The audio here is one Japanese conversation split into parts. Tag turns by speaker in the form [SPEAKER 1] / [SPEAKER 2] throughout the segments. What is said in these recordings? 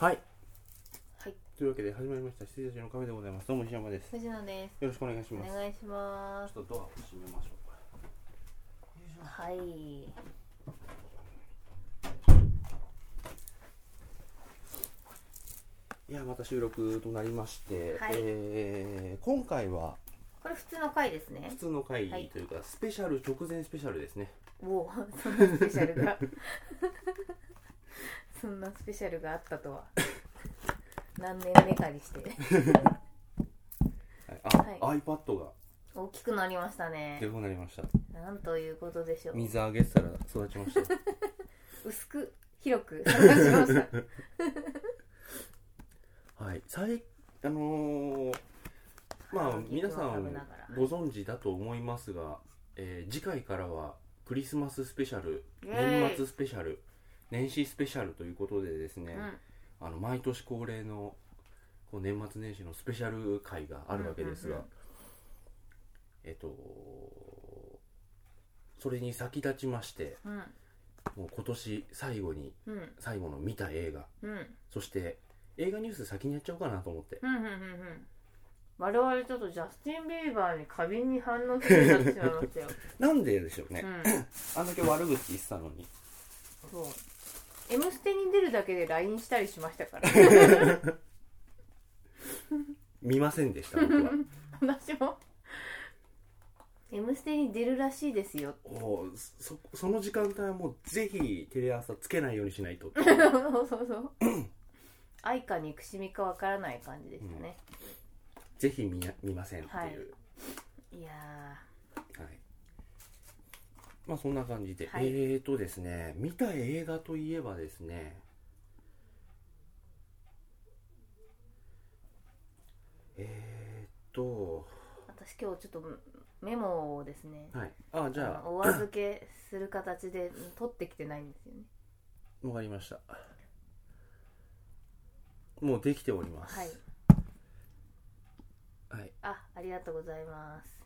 [SPEAKER 1] はい。
[SPEAKER 2] はい
[SPEAKER 1] というわけで始まりました羊たちのカフェでございます。どうも石山です。よ
[SPEAKER 2] 藤野です
[SPEAKER 1] ろしくお願いし
[SPEAKER 2] お
[SPEAKER 1] ます。
[SPEAKER 2] 願いします
[SPEAKER 1] ちょっとドアを閉めましょうか。
[SPEAKER 2] はい
[SPEAKER 1] いやまた収録となりまして、
[SPEAKER 2] はい
[SPEAKER 1] えー今回は
[SPEAKER 2] これ普通の回ですね
[SPEAKER 1] 普通の会
[SPEAKER 2] はい
[SPEAKER 1] 議というか、スペシャル直前スペシャルですね。
[SPEAKER 2] おお そんなスペシャルが そんなスペシャルがあったとは何年目かにして
[SPEAKER 1] はいあ、
[SPEAKER 2] は
[SPEAKER 1] iPad が
[SPEAKER 2] 大きくなりました
[SPEAKER 1] 出
[SPEAKER 2] ね
[SPEAKER 1] なりました。
[SPEAKER 2] なんということでしょう
[SPEAKER 1] 水あげてたら育ちました。
[SPEAKER 2] 薄く広く探しました
[SPEAKER 1] はい、最あのーまあ皆さんご存知だと思いますが、えー次回からはクリスマススペシャル
[SPEAKER 2] イエーイ
[SPEAKER 1] 年末スペシャル年始スペシャルということでですね、あの毎年恒例のこう年末年始のスペシャル会があるわけですが、
[SPEAKER 2] うんうん
[SPEAKER 1] えっとそれに先立ちまして
[SPEAKER 2] うんうん
[SPEAKER 1] もう今年最後に
[SPEAKER 2] うん
[SPEAKER 1] 最後の見た映画
[SPEAKER 2] うん
[SPEAKER 1] そして映画ニュース先にやっちゃおうかなと思って。
[SPEAKER 2] うんうんうんうん我々ちょっとジャスティン・ビーバーに過敏に反応してしまってしまい ましたよ、
[SPEAKER 1] なんででしょうね、
[SPEAKER 2] うん
[SPEAKER 1] あんだけ悪口言ってたのに
[SPEAKER 2] そう「M ステ」に出るだけで LINE したりしましたから
[SPEAKER 1] 見ませんでした僕 は
[SPEAKER 2] 私も「M ステ」に出るらしいですよ
[SPEAKER 1] おうそその時間帯はもうぜひテレ朝つけないようにしないと
[SPEAKER 2] そうそ うそう愛か憎しみかわからない感じでしたね、
[SPEAKER 1] ぜひ見な見ませんっていう、は
[SPEAKER 2] はいいいや
[SPEAKER 1] まあそんな感じで、
[SPEAKER 2] はい
[SPEAKER 1] えーとですね見た映画といえばですねえーと
[SPEAKER 2] ー私今日ちょっとメモをですね
[SPEAKER 1] はいあじゃ
[SPEAKER 2] あのお預けする形で取ってきてないんですよね
[SPEAKER 1] あわかりましたもうできております
[SPEAKER 2] はい
[SPEAKER 1] はい
[SPEAKER 2] あありがとうございます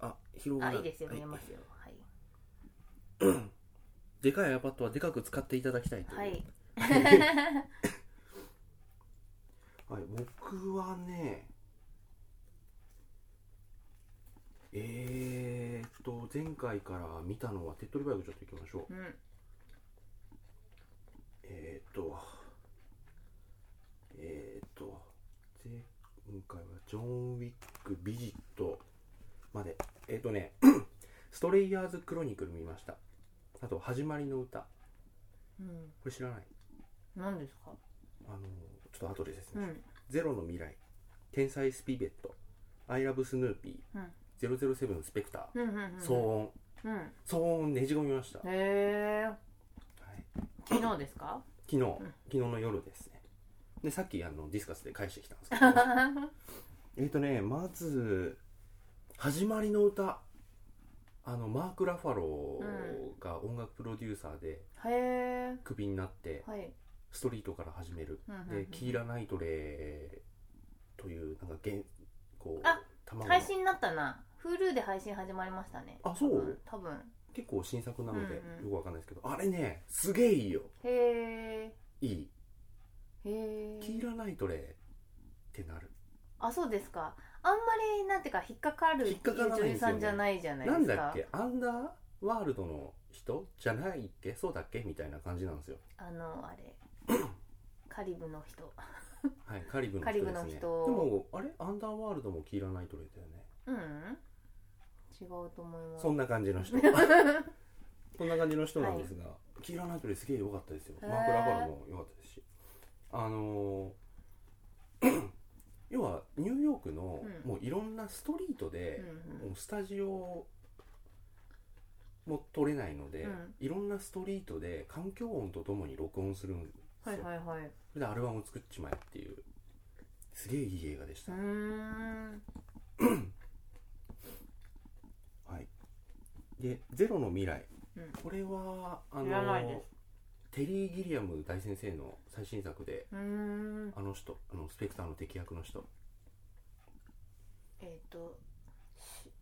[SPEAKER 2] はい
[SPEAKER 1] あ、広が
[SPEAKER 2] あ
[SPEAKER 1] る
[SPEAKER 2] いいですよ
[SPEAKER 1] は
[SPEAKER 2] 見えますよはい
[SPEAKER 1] でかい iPad はでかく使っていただきたいという。
[SPEAKER 2] はい
[SPEAKER 1] はい僕はね、えーっと、前回から見たのは、手っ取り早くちょっと行きましょう。
[SPEAKER 2] うん
[SPEAKER 1] えーっと、えーっと、前回はジョン・ウィック・ビジットまで、えーっとね、 ストレイヤーズ・クロニクル見ました。あと、始まりの歌。
[SPEAKER 2] うん
[SPEAKER 1] これ知らない
[SPEAKER 2] 何ですか
[SPEAKER 1] あのちょっと後で説
[SPEAKER 2] う
[SPEAKER 1] 明します
[SPEAKER 2] ん
[SPEAKER 1] ゼロの未来、天才スピベット、アイラブスヌーピ
[SPEAKER 2] うん
[SPEAKER 1] ー、007スペクタ
[SPEAKER 2] うんうんうん
[SPEAKER 1] ー、騒音、
[SPEAKER 2] うんへ
[SPEAKER 1] 騒音ねじ込みました。はい、
[SPEAKER 2] え昨日です か
[SPEAKER 1] 昨日、昨
[SPEAKER 2] ん
[SPEAKER 1] 日の夜ですね。で、さっきあのディスカスで返してきたんですけ
[SPEAKER 2] う
[SPEAKER 1] ど、
[SPEAKER 2] ん
[SPEAKER 1] えっとね、まず、始まりの歌、あの、マーク・ラファローが音楽プロデューサーで
[SPEAKER 2] へえ
[SPEAKER 1] クビになって、
[SPEAKER 2] はい
[SPEAKER 1] ストリートから始める。
[SPEAKER 2] うんうんう
[SPEAKER 1] で
[SPEAKER 2] ん、
[SPEAKER 1] キーラ・ナイトレーという、なんか、げんこう
[SPEAKER 2] あ、
[SPEAKER 1] 卵の
[SPEAKER 2] 配信になったな Hulu で配信始まりましたね
[SPEAKER 1] あそう
[SPEAKER 2] 多分
[SPEAKER 1] 結構新作なので、
[SPEAKER 2] うんうん
[SPEAKER 1] よくわかんないですけどあれねすげえいいよ
[SPEAKER 2] 多分へ
[SPEAKER 1] いい
[SPEAKER 2] えへ
[SPEAKER 1] キ
[SPEAKER 2] え
[SPEAKER 1] ーラナイトレーってなる
[SPEAKER 2] あそうですかあんまりなんていうか引っかかる
[SPEAKER 1] 引っかからないんですよね
[SPEAKER 2] 女優さんじゃないじゃないで
[SPEAKER 1] な
[SPEAKER 2] す
[SPEAKER 1] ん
[SPEAKER 2] か
[SPEAKER 1] だっけアンダーワールドの人じゃないっけそうだっけみたいな感じなんですよ
[SPEAKER 2] あのあれ カリブの人
[SPEAKER 1] はいカリブの人ですね
[SPEAKER 2] カリブの人
[SPEAKER 1] でもあれアンダーワールドもキーラナイトレーだよね
[SPEAKER 2] うん違うと思います
[SPEAKER 1] そんな感じの 人そんな感じの人なんですが、キーラナイトレーすげえ良かったですよ
[SPEAKER 2] へー
[SPEAKER 1] マーク・ラファロも良かったですしあのー 要はニューヨークの、
[SPEAKER 2] うん
[SPEAKER 1] もういろんなストリートで、
[SPEAKER 2] うん
[SPEAKER 1] もうスタジオも取れないので、
[SPEAKER 2] うん
[SPEAKER 1] いろんなストリートで環境音とともに録音するんですよ、
[SPEAKER 2] はいはいはい
[SPEAKER 1] それでアルバムを作っちまえっていうすげえいい映画でし
[SPEAKER 2] う
[SPEAKER 1] た、
[SPEAKER 2] ーん
[SPEAKER 1] はい、で「ゼロの未来」
[SPEAKER 2] うん
[SPEAKER 1] これはあ
[SPEAKER 2] 知らない
[SPEAKER 1] の
[SPEAKER 2] です
[SPEAKER 1] テリー・ギリアム大先生の最新作で
[SPEAKER 2] うーん
[SPEAKER 1] あの人あのスペクターの敵役の人
[SPEAKER 2] えっ、と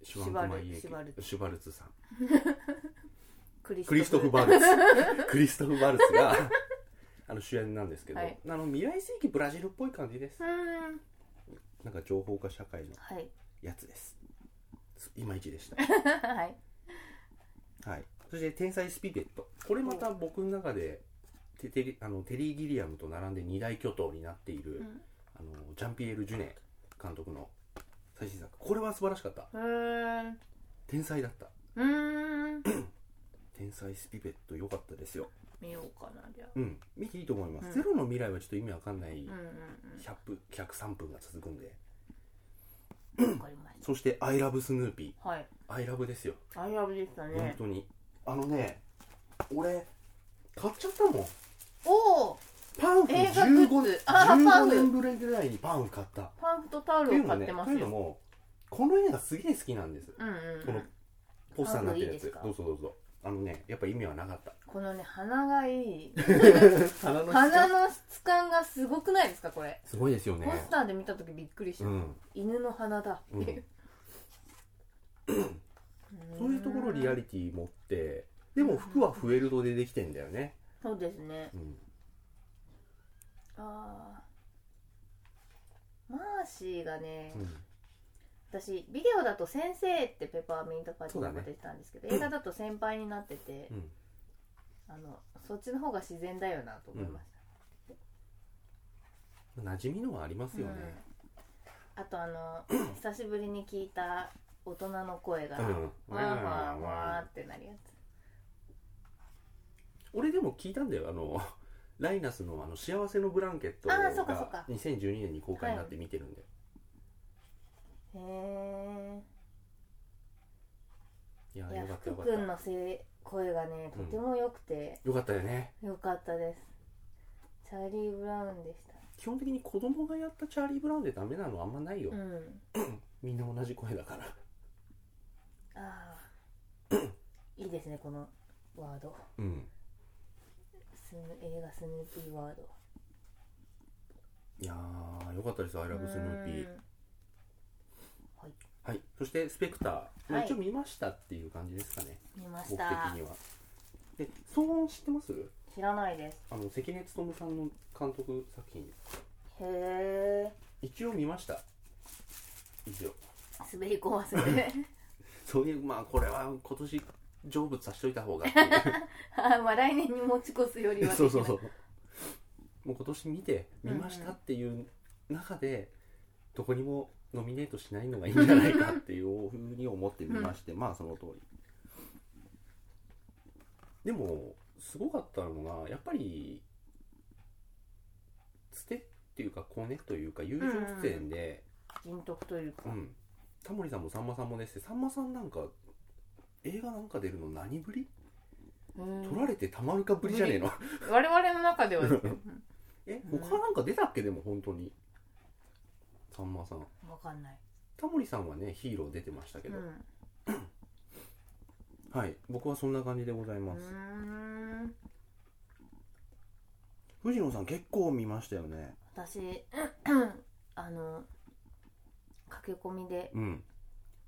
[SPEAKER 1] シュワンクマイエ
[SPEAKER 2] シュバルツ
[SPEAKER 1] シュバルツさん
[SPEAKER 2] クリ
[SPEAKER 1] クリストフ・バ
[SPEAKER 2] ル
[SPEAKER 1] ルツクリストフ・バルツがあの主演なんですけど、
[SPEAKER 2] はい
[SPEAKER 1] あの未来世紀ブラジルっぽい感じです
[SPEAKER 2] う、ん
[SPEAKER 1] なんか情報化社会の
[SPEAKER 2] はい
[SPEAKER 1] やつですいまいちでした
[SPEAKER 2] はい
[SPEAKER 1] はい、そして「天才スピペット」これまた僕の中でテテリあのテリー・ギリアムと並んで二大巨頭になっている、
[SPEAKER 2] うん
[SPEAKER 1] あのジャンピエール・ジュネ監督の最新作これは素晴らしかった
[SPEAKER 2] うーん
[SPEAKER 1] 天才だった
[SPEAKER 2] うーん
[SPEAKER 1] 天才スピペット良かったですよ
[SPEAKER 2] 見ようかなじゃあ
[SPEAKER 1] うん見ていいと思います、
[SPEAKER 2] うん
[SPEAKER 1] ゼロの未来はちょっと意味わかんない
[SPEAKER 2] うんうん
[SPEAKER 1] 100分103分が続くんで
[SPEAKER 2] うんわかりまし
[SPEAKER 1] そして「アイラブ・スヌーピ
[SPEAKER 2] たはい
[SPEAKER 1] ー」「アイラブ」ですよ
[SPEAKER 2] アイラブでした
[SPEAKER 1] 本
[SPEAKER 2] ね
[SPEAKER 1] 当にあのね俺買っちゃったもん
[SPEAKER 2] おお
[SPEAKER 1] パンフ
[SPEAKER 2] 映画グッ
[SPEAKER 1] 15
[SPEAKER 2] ズ
[SPEAKER 1] 年
[SPEAKER 2] あーパ
[SPEAKER 1] 15
[SPEAKER 2] ンフ
[SPEAKER 1] 年ぶりぐらいにパンフ買った
[SPEAKER 2] パンフとタオ
[SPEAKER 1] ってい
[SPEAKER 2] ル
[SPEAKER 1] う
[SPEAKER 2] を
[SPEAKER 1] のも
[SPEAKER 2] 買
[SPEAKER 1] ね
[SPEAKER 2] ってま
[SPEAKER 1] と
[SPEAKER 2] す
[SPEAKER 1] いうの
[SPEAKER 2] よ
[SPEAKER 1] もこの映画すげえ好きなんです
[SPEAKER 2] うんうん
[SPEAKER 1] こ
[SPEAKER 2] う
[SPEAKER 1] の
[SPEAKER 2] ん
[SPEAKER 1] ポスターになってるや
[SPEAKER 2] パンフいいで
[SPEAKER 1] つ
[SPEAKER 2] すか
[SPEAKER 1] どうぞどうぞあのねやっぱ意味はなかった
[SPEAKER 2] このね 鼻がいい
[SPEAKER 1] 鼻の
[SPEAKER 2] 鼻の質感がすごくないですかこれ
[SPEAKER 1] すごいですよね
[SPEAKER 2] ポスターで見た時びっくりした
[SPEAKER 1] うん
[SPEAKER 2] 犬の鼻だっていう
[SPEAKER 1] そういうところリア
[SPEAKER 2] ル
[SPEAKER 1] リティ持ってでも服はフェルトでできてんだよね
[SPEAKER 2] そうですね
[SPEAKER 1] うん
[SPEAKER 2] あーマーシーがね、
[SPEAKER 1] うん
[SPEAKER 2] 私ビデオだと「先生」ってペパーミントパーティ
[SPEAKER 1] そ
[SPEAKER 2] ーの
[SPEAKER 1] うだ
[SPEAKER 2] こ
[SPEAKER 1] ね
[SPEAKER 2] と言ってたんですけど、映画だと「先輩」になってて、
[SPEAKER 1] うん
[SPEAKER 2] あのそっちの方が自然だよなと思いまし
[SPEAKER 1] 馴染みのはありま
[SPEAKER 2] た、
[SPEAKER 1] すよ
[SPEAKER 2] う
[SPEAKER 1] ね
[SPEAKER 2] んあとあ の久しぶりに聞いた大人の声が、
[SPEAKER 1] うん
[SPEAKER 2] わーわーわー
[SPEAKER 1] わ
[SPEAKER 2] ってなるやつ
[SPEAKER 1] 俺でも聞いたんだよあのライナスのあの幸せのブランケット
[SPEAKER 2] あーそうかそう
[SPEAKER 1] が
[SPEAKER 2] か
[SPEAKER 1] 2012年に公開になって見てるんで
[SPEAKER 2] へえ
[SPEAKER 1] いや
[SPEAKER 2] いや
[SPEAKER 1] よかった
[SPEAKER 2] 福
[SPEAKER 1] よかった
[SPEAKER 2] 君のせい声がねとても良くて
[SPEAKER 1] よかったよね
[SPEAKER 2] 良かったです、チャーリー・ブラウンでした
[SPEAKER 1] 基本的に子供がやったチャーリー・ブラウンでダメなのあんまないよ、
[SPEAKER 2] うん
[SPEAKER 1] みんな同じ声だから
[SPEAKER 2] あ あいいですねこのワード
[SPEAKER 1] うん
[SPEAKER 2] スヌ映画スヌーピーワード
[SPEAKER 1] いやーよかったです「アイラブスヌーピー
[SPEAKER 2] うん」
[SPEAKER 1] はいそして「スペクター」まあ
[SPEAKER 2] はい
[SPEAKER 1] 一応見ましたっていう感じですかね、
[SPEAKER 2] 見まし
[SPEAKER 1] 僕的
[SPEAKER 2] た
[SPEAKER 1] にはで騒音知ってます
[SPEAKER 2] 知らないです
[SPEAKER 1] あの関根勤さんの監督作品です
[SPEAKER 2] へえ
[SPEAKER 1] 一応見ました以上
[SPEAKER 2] 滑り込ませて
[SPEAKER 1] そういうまあこれは今年成仏させといた方が っていう
[SPEAKER 2] ああまあ来年に持ち越すよりは
[SPEAKER 1] そうそう
[SPEAKER 2] で
[SPEAKER 1] そ
[SPEAKER 2] きな
[SPEAKER 1] うもう今年見て見ましたっていう中で、どこにもノミネートしないのがいいんじゃないかっていうふうに思ってみまして、まあその通りでもすごかったのがやっぱりつてっていうかコネというか友情出演で、
[SPEAKER 2] い人徳というか、
[SPEAKER 1] うんタモリさんもさんまさんもですしさんまさんなんか映画なんか出るの何ぶり、
[SPEAKER 2] うん
[SPEAKER 1] 取られてたまるかぶりじゃねえの
[SPEAKER 2] 我々の中ではですけど
[SPEAKER 1] え
[SPEAKER 2] うん
[SPEAKER 1] 他なんか出たっけでも本当にさんまさん
[SPEAKER 2] わかんない、
[SPEAKER 1] タモリさんはねヒーロー出てましたけ
[SPEAKER 2] う
[SPEAKER 1] ど、
[SPEAKER 2] ん
[SPEAKER 1] はい僕はそんな感じでございます、
[SPEAKER 2] うーん
[SPEAKER 1] 藤野さん結構見ましたよね
[SPEAKER 2] 私 あの駆け込みで
[SPEAKER 1] うん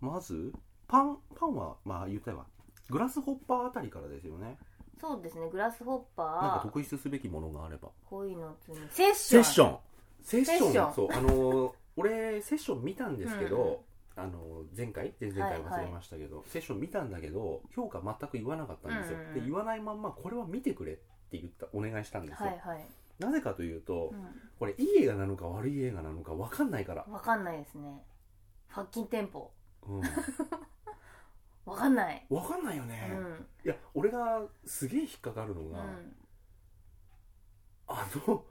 [SPEAKER 1] まずパンパンはまあ言ったわグラスホッパーあたりからですよね
[SPEAKER 2] そうですねグラスホッ
[SPEAKER 1] なんか
[SPEAKER 2] パー
[SPEAKER 1] 特筆すべきものがあれば
[SPEAKER 2] 恋の罪セッシ
[SPEAKER 1] セ
[SPEAKER 2] ョ
[SPEAKER 1] ッ
[SPEAKER 2] ン
[SPEAKER 1] ションセッション
[SPEAKER 2] セッション
[SPEAKER 1] そうあのー俺セッション見たんですけど、あのー前回前々回
[SPEAKER 2] はいはい
[SPEAKER 1] 忘れましたけど、セッション見たんだけど評価全く言わなかったんですよ、
[SPEAKER 2] うんうん
[SPEAKER 1] で言わないまんまこれは見てくれって言ったお願いしたんですよ、
[SPEAKER 2] はいはい、
[SPEAKER 1] なぜかというと、
[SPEAKER 2] う
[SPEAKER 1] これいい映画なのか悪い映画なのか分かんないから
[SPEAKER 2] ん、、わかんないですねファッキンテンポ
[SPEAKER 1] うん、
[SPEAKER 2] わかんない、
[SPEAKER 1] 分かんないよね
[SPEAKER 2] う、ん
[SPEAKER 1] いや俺がすげえ引っかかるの
[SPEAKER 2] う
[SPEAKER 1] が、
[SPEAKER 2] ん、
[SPEAKER 1] あの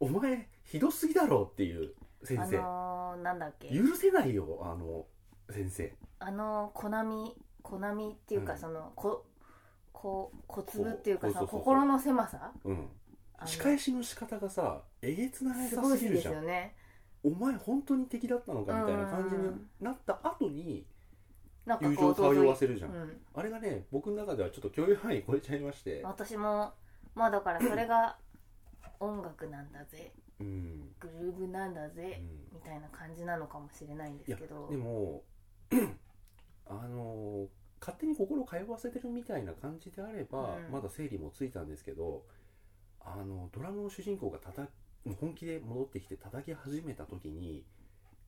[SPEAKER 1] お前ひどすぎだろっていう先
[SPEAKER 2] あ
[SPEAKER 1] 生、
[SPEAKER 2] のー、なんだっけ
[SPEAKER 1] 許せないよあの先生
[SPEAKER 2] あのーコナミコナミっていうか、
[SPEAKER 1] うん
[SPEAKER 2] そのここ小粒っていうか
[SPEAKER 1] こ
[SPEAKER 2] そ
[SPEAKER 1] そう
[SPEAKER 2] の
[SPEAKER 1] そうそう
[SPEAKER 2] 心の狭さ
[SPEAKER 1] うん
[SPEAKER 2] あの
[SPEAKER 1] 仕返しの仕方がさえげつない
[SPEAKER 2] す
[SPEAKER 1] さ
[SPEAKER 2] ごい
[SPEAKER 1] すぎる
[SPEAKER 2] です
[SPEAKER 1] じゃん、
[SPEAKER 2] よね
[SPEAKER 1] お前本当に敵だったのかみたいな感じ
[SPEAKER 2] うんうんう
[SPEAKER 1] に
[SPEAKER 2] ん
[SPEAKER 1] なった後に
[SPEAKER 2] なんか
[SPEAKER 1] 友
[SPEAKER 2] こ
[SPEAKER 1] 情
[SPEAKER 2] う
[SPEAKER 1] を漂わ
[SPEAKER 2] う
[SPEAKER 1] せるじゃん、
[SPEAKER 2] ん、
[SPEAKER 1] あれがね僕の中ではちょっと共有範囲超えちゃいまして、
[SPEAKER 2] 私もまあだからそれが音楽なんだぜ
[SPEAKER 1] うん
[SPEAKER 2] グルーヴなんだ
[SPEAKER 1] う
[SPEAKER 2] ぜ、
[SPEAKER 1] ん
[SPEAKER 2] みたいな感じなのかもしれないんですけど
[SPEAKER 1] でも あの勝手に心を通わせてるみたいな感じであれば、
[SPEAKER 2] うん
[SPEAKER 1] まだ整理もついたんですけどあのあのドラムの主人公が叩き本気で戻ってきて叩き始めた時に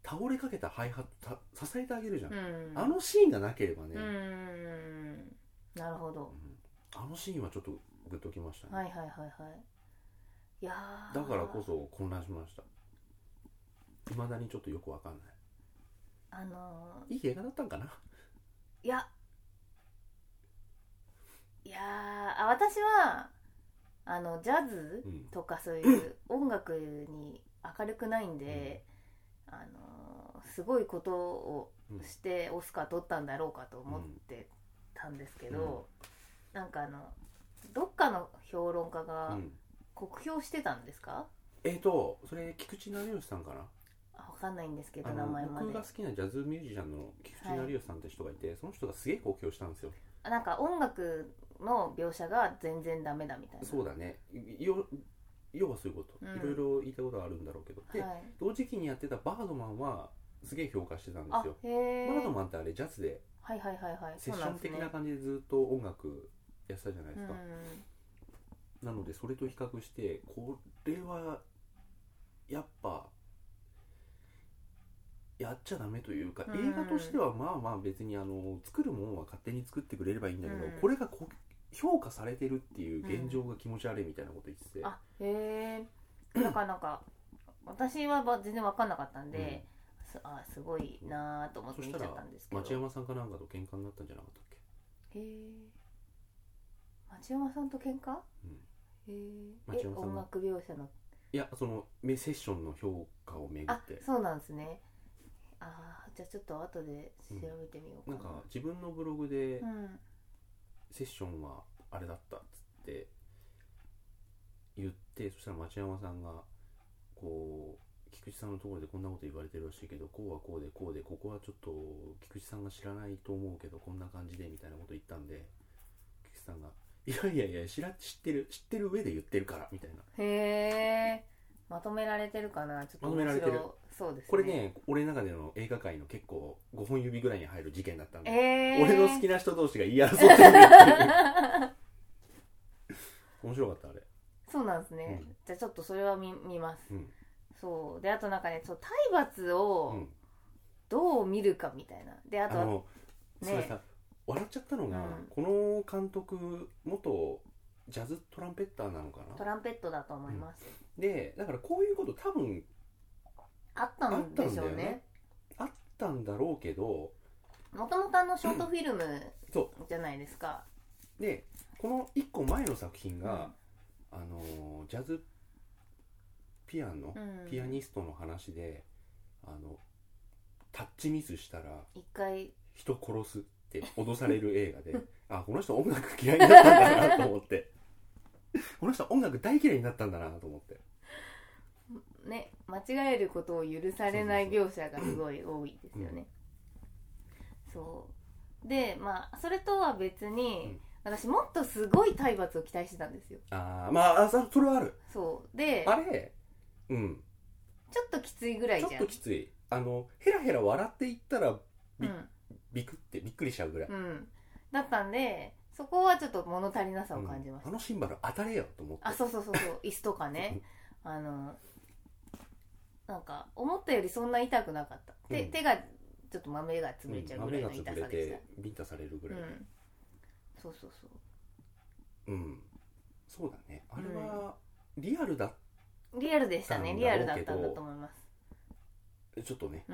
[SPEAKER 1] 倒れかけたハイハットた支えてあげるじゃん、
[SPEAKER 2] うん
[SPEAKER 1] あのシーンがなければね、
[SPEAKER 2] うーんなるほど
[SPEAKER 1] うんあのシーンはちょっとグッときましたね、
[SPEAKER 2] はいはいはいはいいやー
[SPEAKER 1] だからこそ混乱しましたいまだにちょっとよくわかんな
[SPEAKER 2] あの
[SPEAKER 1] いいい映画だったん かな
[SPEAKER 2] ーいやいやーあ私はあのジャズ
[SPEAKER 1] うん
[SPEAKER 2] とかそういう音楽に明るくないんで、あのーすごいことを
[SPEAKER 1] うん
[SPEAKER 2] してオスカー取ったんだろうかと思ってたんですけど、なんかあのどっかの評論家
[SPEAKER 1] う
[SPEAKER 2] が
[SPEAKER 1] ん
[SPEAKER 2] 酷評してたんですか、
[SPEAKER 1] えっ、とそれ菊池成吉さんかな
[SPEAKER 2] あわかんないんですけど
[SPEAKER 1] あ
[SPEAKER 2] 名
[SPEAKER 1] の
[SPEAKER 2] 前ま
[SPEAKER 1] 僕
[SPEAKER 2] で
[SPEAKER 1] が好きなジャズミュージシャンの菊池成吉さんって人がいて、その人がすげえ公表したんですよ
[SPEAKER 2] あなんか音楽の描写が全然ダメだみたいな
[SPEAKER 1] そうだねいよ要はそういうこと、
[SPEAKER 2] うん
[SPEAKER 1] いろいろ言いたいことはあるんだろうけどで、
[SPEAKER 2] はい、
[SPEAKER 1] 同時期にやってたバードマンはすげえ評価してたんで
[SPEAKER 2] あ
[SPEAKER 1] すよ
[SPEAKER 2] へえ
[SPEAKER 1] バードマンってあれジャズで
[SPEAKER 2] はいはいはいはい
[SPEAKER 1] セ
[SPEAKER 2] そ
[SPEAKER 1] ッ
[SPEAKER 2] う
[SPEAKER 1] シ
[SPEAKER 2] な
[SPEAKER 1] ョ
[SPEAKER 2] ん
[SPEAKER 1] ン
[SPEAKER 2] です
[SPEAKER 1] 的
[SPEAKER 2] ね
[SPEAKER 1] な感じでずっと音楽やってたじゃないで
[SPEAKER 2] う
[SPEAKER 1] すか、
[SPEAKER 2] ん
[SPEAKER 1] なのでそれと比較してこれはやっぱやっちゃダメというか、
[SPEAKER 2] うん
[SPEAKER 1] 映画としてはまあまあ別にあの作るもんは勝手に作ってくれればいいんだけど、
[SPEAKER 2] うん
[SPEAKER 1] これがこ評価されてるっていう現状が気持ち悪いみたいなこと言ってて、
[SPEAKER 2] あへえなかなか私はば全然分かんなかったんで、すあすごいなーと思って見ちゃったんですけど
[SPEAKER 1] 町山さんかなんかと喧嘩になったんじゃなかったっけ、
[SPEAKER 2] へえ町山さんと喧嘩
[SPEAKER 1] うん、
[SPEAKER 2] へ
[SPEAKER 1] 町
[SPEAKER 2] え
[SPEAKER 1] 山
[SPEAKER 2] え
[SPEAKER 1] さんが
[SPEAKER 2] 音楽描写の
[SPEAKER 1] いやそのメセッションの評価をめぐっ
[SPEAKER 2] あ
[SPEAKER 1] て
[SPEAKER 2] そうなんですねあーじゃあちょっと後で調べてみよう
[SPEAKER 1] なん
[SPEAKER 2] かな,、
[SPEAKER 1] か自分のブログで
[SPEAKER 2] うん
[SPEAKER 1] セッションはあれだったっつって言ってそしたら町山さんがこう菊池さんのところでこんなこと言われてるらしいけどこうはこうでこうでここはちょっと菊池さんが知らないと思うけどこんな感じでみたいなこと言ったんで菊池さんが「いやいやいや知ら知ってる知ってる上で言ってるから」みたいな
[SPEAKER 2] へえまとめられてるかなちょっと
[SPEAKER 1] まとめられてる
[SPEAKER 2] 面白そうですね
[SPEAKER 1] これね俺の中での映画界の結構5本指ぐらいに入る事件だったんで、
[SPEAKER 2] えー、
[SPEAKER 1] 俺の好きな人同士が言い争ってるっていう面白かったあれ
[SPEAKER 2] そうなんですね、
[SPEAKER 1] うん
[SPEAKER 2] じゃあちょっとそれは見見ます
[SPEAKER 1] うん
[SPEAKER 2] そうであとなんかねそう体罰を
[SPEAKER 1] うん
[SPEAKER 2] どう見るかみたいなであ
[SPEAKER 1] あ
[SPEAKER 2] とは
[SPEAKER 1] の、
[SPEAKER 2] ね
[SPEAKER 1] それさ笑っちゃったのが、
[SPEAKER 2] うん
[SPEAKER 1] この監督元ジャズトランペッターなのか
[SPEAKER 2] ト
[SPEAKER 1] な
[SPEAKER 2] ランペットだと思います、
[SPEAKER 1] でだからこういうこと多分
[SPEAKER 2] あったんでし
[SPEAKER 1] あったんだ
[SPEAKER 2] ょ
[SPEAKER 1] よ
[SPEAKER 2] うね
[SPEAKER 1] ねあったんだろうけど
[SPEAKER 2] もともとあのショートフィルム
[SPEAKER 1] そ
[SPEAKER 2] じゃないですか、
[SPEAKER 1] うでこの1個前の作品
[SPEAKER 2] うん
[SPEAKER 1] が、あのージャズピアノ、
[SPEAKER 2] うん
[SPEAKER 1] ピアニストの話であのタッチミスしたら
[SPEAKER 2] 一回
[SPEAKER 1] 人殺すって脅される映画で あこの人音楽嫌いになったんだなと思って この人音楽大嫌いになったんだなと思って
[SPEAKER 2] ね間違えることを許されない
[SPEAKER 1] そ
[SPEAKER 2] 描写がすごい多いですよね。そうでまあそれとは別に、私もっとすごい体罰を期待してたんですよ。
[SPEAKER 1] ああまああそそれはある
[SPEAKER 2] そうで
[SPEAKER 1] あれうん
[SPEAKER 2] ちょっときついぐら
[SPEAKER 1] ち
[SPEAKER 2] い
[SPEAKER 1] ょ
[SPEAKER 2] じ
[SPEAKER 1] っ
[SPEAKER 2] ゃ
[SPEAKER 1] と
[SPEAKER 2] ん。
[SPEAKER 1] きついあのヘラヘラ笑っていったら
[SPEAKER 2] う
[SPEAKER 1] び
[SPEAKER 2] ん
[SPEAKER 1] びくってびっくりしちゃうぐらい、
[SPEAKER 2] うん、だったんでそこはちょっと物足りなさを感じまし
[SPEAKER 1] う
[SPEAKER 2] た。
[SPEAKER 1] んあのシンバル当たれよと思って
[SPEAKER 2] あそうそうそうそう椅子とかねあのなんか思ったよりそんな痛くなかった。手
[SPEAKER 1] うん
[SPEAKER 2] 手がちょっと豆が
[SPEAKER 1] う
[SPEAKER 2] 潰れちゃうぐら
[SPEAKER 1] 豆
[SPEAKER 2] い
[SPEAKER 1] が潰
[SPEAKER 2] の痛
[SPEAKER 1] れ
[SPEAKER 2] さでして
[SPEAKER 1] ビンタされるぐ
[SPEAKER 2] た。
[SPEAKER 1] ら
[SPEAKER 2] う
[SPEAKER 1] い
[SPEAKER 2] ん、そうそうそう。
[SPEAKER 1] うん、そうだねあれはリアルだ
[SPEAKER 2] リアルでしたね。リアルだったんだ
[SPEAKER 1] なんだろうけど
[SPEAKER 2] と思います。
[SPEAKER 1] ちょっとね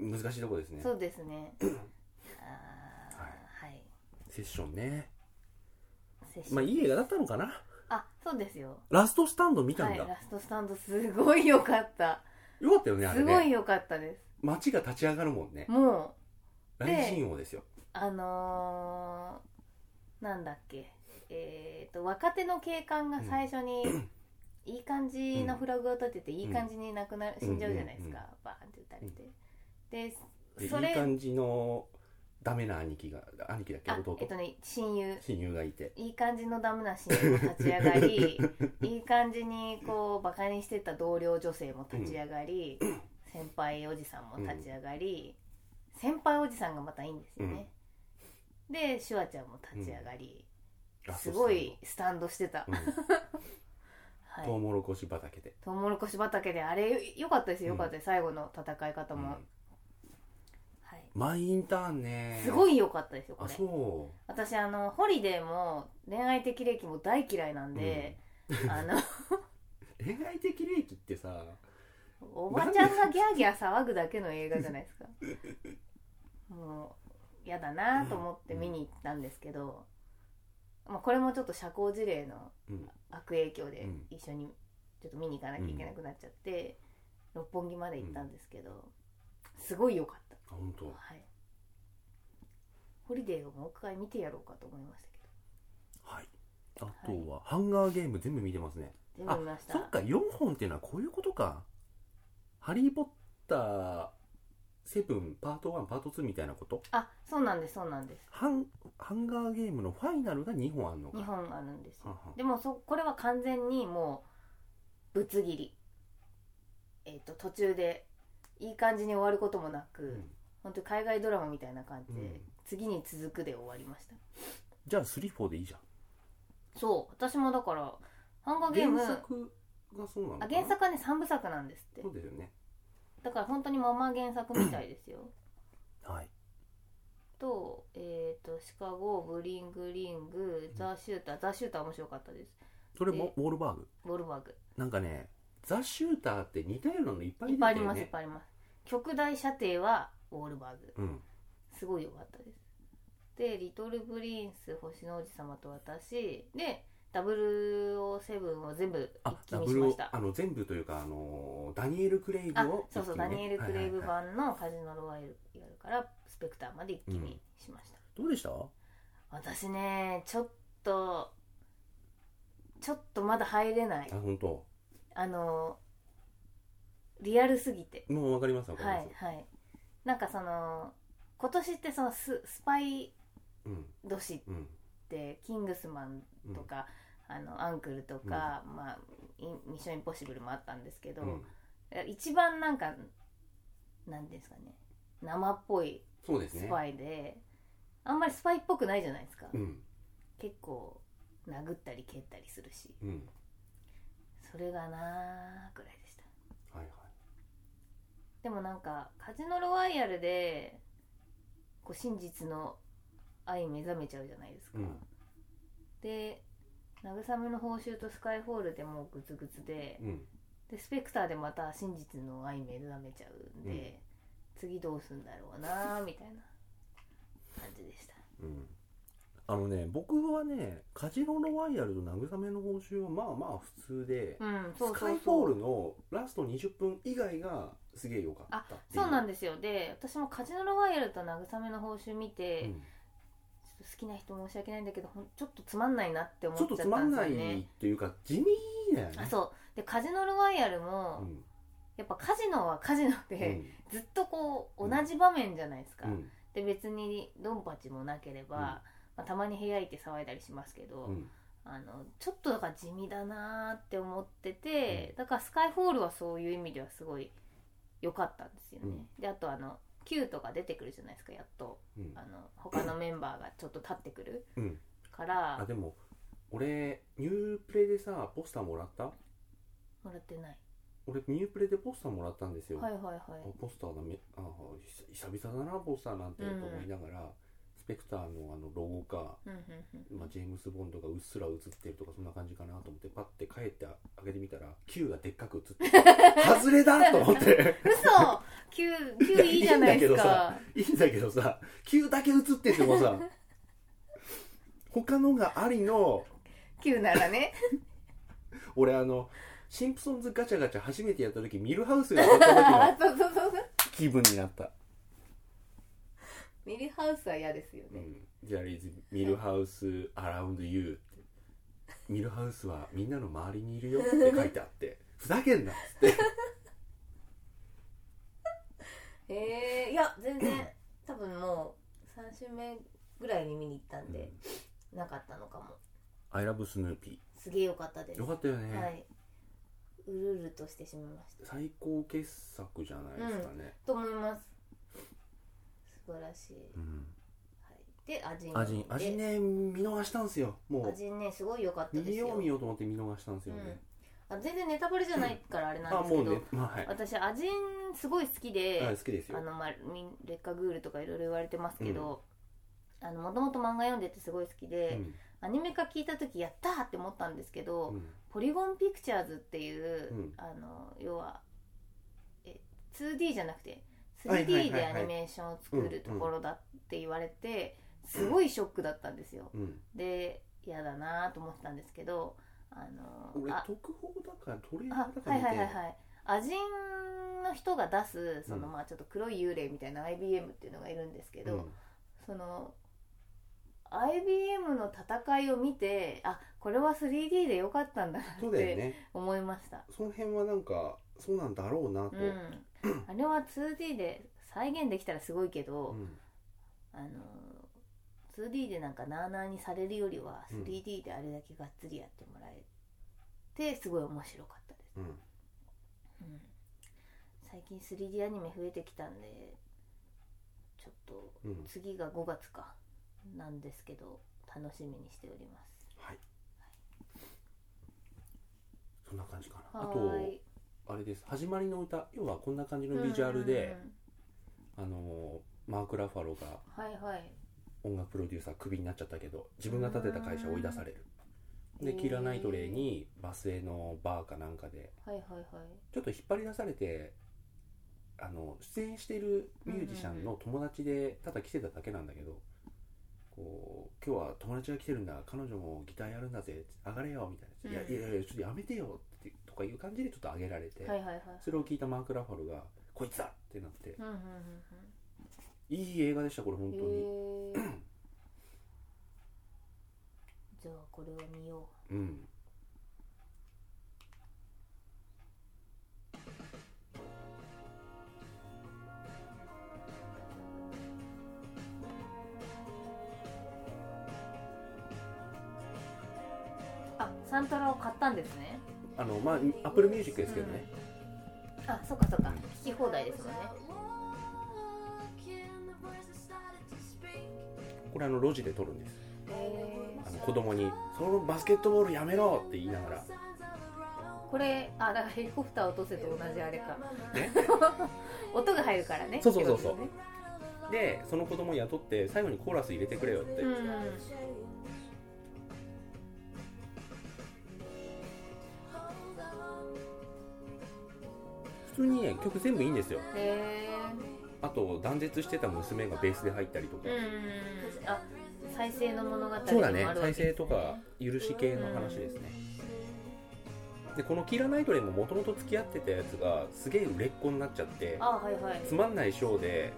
[SPEAKER 2] うん。
[SPEAKER 1] 難しいとこですね
[SPEAKER 2] そうですね。あー
[SPEAKER 1] は
[SPEAKER 2] はい。
[SPEAKER 1] セッションね
[SPEAKER 2] 接種
[SPEAKER 1] まあいい映画だったのかな
[SPEAKER 2] あ、そうですよ。
[SPEAKER 1] ラストスタンド見た
[SPEAKER 2] は
[SPEAKER 1] ん
[SPEAKER 2] い、
[SPEAKER 1] だ、
[SPEAKER 2] ラストスタンドすごい良かった。
[SPEAKER 1] よかったよねあれ
[SPEAKER 2] すごい
[SPEAKER 1] ね
[SPEAKER 2] 良かったで
[SPEAKER 1] 街が立ち上がるもんね
[SPEAKER 2] す。もで
[SPEAKER 1] 大神王ですよ
[SPEAKER 2] う、あのー、なんだっけ。えっ、と、若手の警官が最初に、いい感じのフラグを立てて、いい感じになくなる、死んじゃうじゃないですか。
[SPEAKER 1] うん
[SPEAKER 2] バーンって撃たれて。
[SPEAKER 1] でい
[SPEAKER 2] で、
[SPEAKER 1] い
[SPEAKER 2] それ、
[SPEAKER 1] 感じのダメな兄貴が兄貴だっけ
[SPEAKER 2] あ
[SPEAKER 1] 弟、
[SPEAKER 2] えっとね、親友。
[SPEAKER 1] 親友がいて
[SPEAKER 2] いい感じのダメなシーンも立ち上が りいい感じにこうバカにしてた同僚女性も立ち上がり、先輩おじさんも立ち上がり、先輩おじさんがまたいいんですよね、でシュワちゃんも立ち上がり、
[SPEAKER 1] ラス
[SPEAKER 2] す
[SPEAKER 1] トスタンド
[SPEAKER 2] ごいスタンドしてた、
[SPEAKER 1] うん
[SPEAKER 2] はい
[SPEAKER 1] トウモロコシ畑で、
[SPEAKER 2] トウモロコシ畑であれ良かったですよ良かったです、最後の戦い方
[SPEAKER 1] うん
[SPEAKER 2] も、はい、
[SPEAKER 1] マイインターンね
[SPEAKER 2] すご
[SPEAKER 1] い
[SPEAKER 2] い良かったですよこ
[SPEAKER 1] あ
[SPEAKER 2] れ
[SPEAKER 1] そ
[SPEAKER 2] 私あのホリデーも恋愛的歴も大嫌いなんで、あの
[SPEAKER 1] う恋愛的利益ってさ
[SPEAKER 2] おばちゃんがギャーギャー騒ぐだけの映画じゃないです かもう嫌だなと思って見に行ったんですけど、まあ、これもちょっと社交辞令の
[SPEAKER 1] うん
[SPEAKER 2] 悪影響で
[SPEAKER 1] うん
[SPEAKER 2] 一緒にちょっと見に行かなきゃいけなくなっちゃって、六本木まで行ったんですけど、すごい良かった
[SPEAKER 1] あ本当
[SPEAKER 2] はいホリデーをもう一回見てやろうかと思いましたけ
[SPEAKER 1] はいあとは、ハンガーゲーム全部見てますね
[SPEAKER 2] ど全部見ました
[SPEAKER 1] そっか4本っていうのはこういうことか「ハリー・ポッター7」パート1パート2みたいなこと
[SPEAKER 2] あそうなんですそうなんです
[SPEAKER 1] ハンハンガーゲームのファイナルが2本あるのか
[SPEAKER 2] 2本あるんですよ
[SPEAKER 1] はは
[SPEAKER 2] でもそこれは完全にもうぶつ切りえっ、と途中でいい感じに終わることもなく、
[SPEAKER 1] うん
[SPEAKER 2] 本当に海外ドラマみたいな感じで、
[SPEAKER 1] うん
[SPEAKER 2] 次に続くで終わりました
[SPEAKER 1] じゃあ34でいいじゃん
[SPEAKER 2] そう私もだからハンガーゲーム
[SPEAKER 1] 原作がそうなのか
[SPEAKER 2] あ
[SPEAKER 1] な
[SPEAKER 2] 原作はね3部作なんですって
[SPEAKER 1] そうですよね
[SPEAKER 2] だから本当にまんま原作みたいですよ
[SPEAKER 1] はい
[SPEAKER 2] とえっ、とシカゴブリングリングザ・シューターザ・シューター面白かったです
[SPEAKER 1] それも
[SPEAKER 2] で
[SPEAKER 1] ウォールバーグ
[SPEAKER 2] ボルバーグ
[SPEAKER 1] なんかねザ・シューターって似たようなのいっぱい
[SPEAKER 2] い
[SPEAKER 1] 出
[SPEAKER 2] っ
[SPEAKER 1] て
[SPEAKER 2] ぱいあ
[SPEAKER 1] た
[SPEAKER 2] り
[SPEAKER 1] よ
[SPEAKER 2] ますいっ
[SPEAKER 1] ね
[SPEAKER 2] ぱいあります極大射程はウォールバーグ
[SPEAKER 1] うん
[SPEAKER 2] すごい良かったですで「リトル・プリンス星の王子様と私」で「007」を全部
[SPEAKER 1] あ
[SPEAKER 2] 一気
[SPEAKER 1] ダ
[SPEAKER 2] に
[SPEAKER 1] ブ
[SPEAKER 2] し
[SPEAKER 1] ル
[SPEAKER 2] まし
[SPEAKER 1] を
[SPEAKER 2] た
[SPEAKER 1] あの全部というかあのダニエル・クレイグ
[SPEAKER 2] あ
[SPEAKER 1] を
[SPEAKER 2] そうそう
[SPEAKER 1] 一気
[SPEAKER 2] ダ
[SPEAKER 1] にね
[SPEAKER 2] ニエル・クレイブ
[SPEAKER 1] はいはいはい
[SPEAKER 2] 版の「カジノ・ロワイヤル」から「スペクター」まで一気にしました、
[SPEAKER 1] どうでした
[SPEAKER 2] 私ねちょっとちょっとまだ入れない
[SPEAKER 1] あ本当
[SPEAKER 2] あのリアルすぎて
[SPEAKER 1] もうわかりますわかり
[SPEAKER 2] は
[SPEAKER 1] ま
[SPEAKER 2] い
[SPEAKER 1] す
[SPEAKER 2] はいなんかその今年ってそのススパイ
[SPEAKER 1] うん
[SPEAKER 2] 年っ
[SPEAKER 1] うん
[SPEAKER 2] てキングスマン
[SPEAKER 1] うん
[SPEAKER 2] とか、あのアンクルとか、まあ、インミッションインポッシブルもあったんですけど、
[SPEAKER 1] うん
[SPEAKER 2] 一番なんかなんですかね生っぽい
[SPEAKER 1] そうです
[SPEAKER 2] ス
[SPEAKER 1] ね
[SPEAKER 2] パイで、あんまりスパイっぽくないじゃないですか、
[SPEAKER 1] うん
[SPEAKER 2] 結構殴ったり蹴ったりするし
[SPEAKER 1] うん
[SPEAKER 2] それがなーくらいでした
[SPEAKER 1] はいはい
[SPEAKER 2] でもなんかカジノロワイヤルでこう真実の愛に目覚めちゃうじゃないですか、
[SPEAKER 1] うん
[SPEAKER 2] で慰めの報酬とスカイホールでもうグツグツで
[SPEAKER 1] うん
[SPEAKER 2] でスペクターでまた真実の愛に目覚めちゃうんで、次どうすんだろうなーみたいな感じでした
[SPEAKER 1] うんあのね僕はねカジノ・ロワイヤルと慰めの報酬はまあまあ普通で、
[SPEAKER 2] うんそうそうそう
[SPEAKER 1] スカイフォールのラスト20分以外がすげえ良かったってい
[SPEAKER 2] そうなん
[SPEAKER 1] で
[SPEAKER 2] ですよで私もカジノロワイヤルと慰めの報酬見て、
[SPEAKER 1] う
[SPEAKER 2] ち
[SPEAKER 1] ん
[SPEAKER 2] ょっと好きな人申し訳ないんだけどほんちょっとつまんないなって思っ
[SPEAKER 1] ち
[SPEAKER 2] ち
[SPEAKER 1] ょ
[SPEAKER 2] ゃ
[SPEAKER 1] っと
[SPEAKER 2] った
[SPEAKER 1] つまん
[SPEAKER 2] んで
[SPEAKER 1] な
[SPEAKER 2] す
[SPEAKER 1] い
[SPEAKER 2] よね
[SPEAKER 1] っていうか地味だよね
[SPEAKER 2] あそうでカジノロワイヤルも、
[SPEAKER 1] うん
[SPEAKER 2] やっぱカジノはカジノで、ずっとこう同じ場面じゃないですか、
[SPEAKER 1] うんうん
[SPEAKER 2] で別にドンパチもなければ、
[SPEAKER 1] うん
[SPEAKER 2] まあ、たまに部屋行って騒いだりしますけど、
[SPEAKER 1] うん
[SPEAKER 2] あのちょっとだから地味だなーって思ってて、だからスカイフォールはそういう意味ではすごい良かったんですよね、
[SPEAKER 1] うん
[SPEAKER 2] であとあの Q とか出てくるじゃないですかやっと
[SPEAKER 1] うん
[SPEAKER 2] あの他のメンバーがちょっと立ってくる
[SPEAKER 1] うん
[SPEAKER 2] から
[SPEAKER 1] あでも俺ニュープレでさポスターもらった
[SPEAKER 2] もらってない、
[SPEAKER 1] 俺ニュープレでポスターもらったんですよ、
[SPEAKER 2] はいはいはい
[SPEAKER 1] あポスターだめあ久久々だなポスターなんてと思いながら、スペクターのあのロゴか、
[SPEAKER 2] うんうんうん
[SPEAKER 1] まあ、ジェームス・ボンドがうっすら映ってるとかそんな感じかなと思ってパッて帰ってあげてみたら Q がでっかく映ってて 外れだと思って
[SPEAKER 2] 嘘 Q, Q いいじゃないです
[SPEAKER 1] いやいいんだけどさ
[SPEAKER 2] か
[SPEAKER 1] いいんだけどさ Q だけ映っててもさ他のがありの
[SPEAKER 2] Q なら ね
[SPEAKER 1] 俺あのシンプソンズガチャガチャ初めてやった時ミルハウスがやった時
[SPEAKER 2] あ
[SPEAKER 1] の
[SPEAKER 2] そうそうそうそう
[SPEAKER 1] 気分になった、
[SPEAKER 2] ミリハウスは嫌ですよ
[SPEAKER 1] う
[SPEAKER 2] ね、
[SPEAKER 1] ん、ジャリーズミルハウスアラウンドユーってミルハウスはみんなの周りにいるよって書いてあってふざけんなっつって
[SPEAKER 2] えー、いや全然 多分もう3週目ぐらいに見に行ったんで、なかったのかも
[SPEAKER 1] 「アイラブスヌーピ
[SPEAKER 2] すげえ良かったで
[SPEAKER 1] ー」
[SPEAKER 2] す
[SPEAKER 1] よかったよね、
[SPEAKER 2] はい、うるうるとしてしまいました
[SPEAKER 1] 最高傑作じゃないですかね、
[SPEAKER 2] と思います素晴らしい、
[SPEAKER 1] うん
[SPEAKER 2] はい、で味
[SPEAKER 1] 味に味ね見逃したんすよも
[SPEAKER 2] 味ねすごい良かった
[SPEAKER 1] う
[SPEAKER 2] です
[SPEAKER 1] 見よ
[SPEAKER 2] よ
[SPEAKER 1] う見ようと思って見逃したんすよね、
[SPEAKER 2] うんあ全然ネタバレじゃないからあれなん
[SPEAKER 1] あ
[SPEAKER 2] ですけ
[SPEAKER 1] も
[SPEAKER 2] ど、
[SPEAKER 1] うねまあはい
[SPEAKER 2] 私アジンすごい好きで、
[SPEAKER 1] あ好きですよ
[SPEAKER 2] あのまあ、ミン劣化グールとかいろいろ言われてますけど、あのもともと漫画読んでてすごい好きで、アニメ化聞いた時やったーって思ったんですけど、
[SPEAKER 1] うん
[SPEAKER 2] ポリゴンピクチャーズっていう、
[SPEAKER 1] うん
[SPEAKER 2] あの要はえ 2D じゃなくて
[SPEAKER 1] はいはいはい
[SPEAKER 2] 3D でアニメーションを作るところだって言われてすごいショックだったんですよ。
[SPEAKER 1] うんうん
[SPEAKER 2] で嫌だなーと思ってたんですけどあの
[SPEAKER 1] 俺
[SPEAKER 2] あ
[SPEAKER 1] 特報だからトレー
[SPEAKER 2] あ
[SPEAKER 1] ラーだか
[SPEAKER 2] は
[SPEAKER 1] ら
[SPEAKER 2] い
[SPEAKER 1] 見
[SPEAKER 2] はい
[SPEAKER 1] て
[SPEAKER 2] はいはいアジンの人が出すその、
[SPEAKER 1] うん
[SPEAKER 2] まあちょっと黒い幽霊みたいな IBM っていうのがいるんですけど、
[SPEAKER 1] うん
[SPEAKER 2] その IBM の戦いを見てあこれは 3D でよかったんだな
[SPEAKER 1] そう
[SPEAKER 2] っ
[SPEAKER 1] だよ
[SPEAKER 2] て
[SPEAKER 1] ね
[SPEAKER 2] 思いました
[SPEAKER 1] その辺はなんかそうなんだろうなと、
[SPEAKER 2] うんあれは 2D で再現できたらすごいけど、
[SPEAKER 1] うん
[SPEAKER 2] あの 2D でなんかなあなあにされるよりは
[SPEAKER 1] うん
[SPEAKER 2] 3D であれだけがっつりやってもらえてすごい面白かったです
[SPEAKER 1] うん
[SPEAKER 2] うん最近 3D アニメ増えてきたんでちょっと
[SPEAKER 1] うん
[SPEAKER 2] 次が5月かなんですけど楽しみにしております
[SPEAKER 1] はいそんな感じかなあ
[SPEAKER 2] は
[SPEAKER 1] と
[SPEAKER 2] ーい
[SPEAKER 1] あれです始まりの歌要はこんな感じのビジュアルで
[SPEAKER 2] う、ん
[SPEAKER 1] あのーマーク・ラファローが
[SPEAKER 2] はいはい
[SPEAKER 1] 音楽プロデューサークビになっちゃったけど自分が建てた会社追い出される、
[SPEAKER 2] うん
[SPEAKER 1] で
[SPEAKER 2] へー
[SPEAKER 1] キラナイトレイにバスへのバーかなんかで
[SPEAKER 2] はいはいはい
[SPEAKER 1] ちょっと引っ張り出されてあの出演しているミュージシャンの友達でただ来てただけなんだけどこう今日は友達が来てるんだ彼女もギターやるんだぜ上がれよみたいな「
[SPEAKER 2] うん
[SPEAKER 1] いやいやいやちょっとやめてよ」ってとかいう感じでちょっと上げられて、
[SPEAKER 2] はいはいはい
[SPEAKER 1] それを聞いたマーク・ラファルが「こいつだ!」ってなって
[SPEAKER 2] うんうん
[SPEAKER 1] いい映画でしたこれ本
[SPEAKER 2] うん
[SPEAKER 1] 当
[SPEAKER 2] う
[SPEAKER 1] に、
[SPEAKER 2] んへえじゃあこれを見よ
[SPEAKER 1] うん
[SPEAKER 2] うあサントラを買ったんですね
[SPEAKER 1] あのまあアップルミュージックですけどね、
[SPEAKER 2] あそっかそっか
[SPEAKER 1] うん
[SPEAKER 2] 聞き放題ですもんね
[SPEAKER 1] これあの路地で撮るんです
[SPEAKER 2] へ
[SPEAKER 1] あの子供に「そのバスケットボールやめろ!」って言いながら
[SPEAKER 2] えこれあだからヘリコプター落とせと同じあれか
[SPEAKER 1] ね
[SPEAKER 2] 音が入るからね
[SPEAKER 1] そうそうそうそう
[SPEAKER 2] ってこ
[SPEAKER 1] でその子供を雇って最後にコーラス入れてくれよって、
[SPEAKER 2] とですねうん
[SPEAKER 1] 普通にね曲全部いいんですよ
[SPEAKER 2] へ
[SPEAKER 1] あと断絶してた娘がベースで入ったりとか、
[SPEAKER 2] えうんあ再生の物語で
[SPEAKER 1] そう
[SPEAKER 2] も
[SPEAKER 1] だ
[SPEAKER 2] ある
[SPEAKER 1] ね
[SPEAKER 2] わけ
[SPEAKER 1] 再
[SPEAKER 2] ですね
[SPEAKER 1] 生とか許し系の話ですね、でこの「キラナイトレイ」ももともと付き合ってたやつがすげえ売れっ子になっちゃって
[SPEAKER 2] あはいはい
[SPEAKER 1] つまんないショーで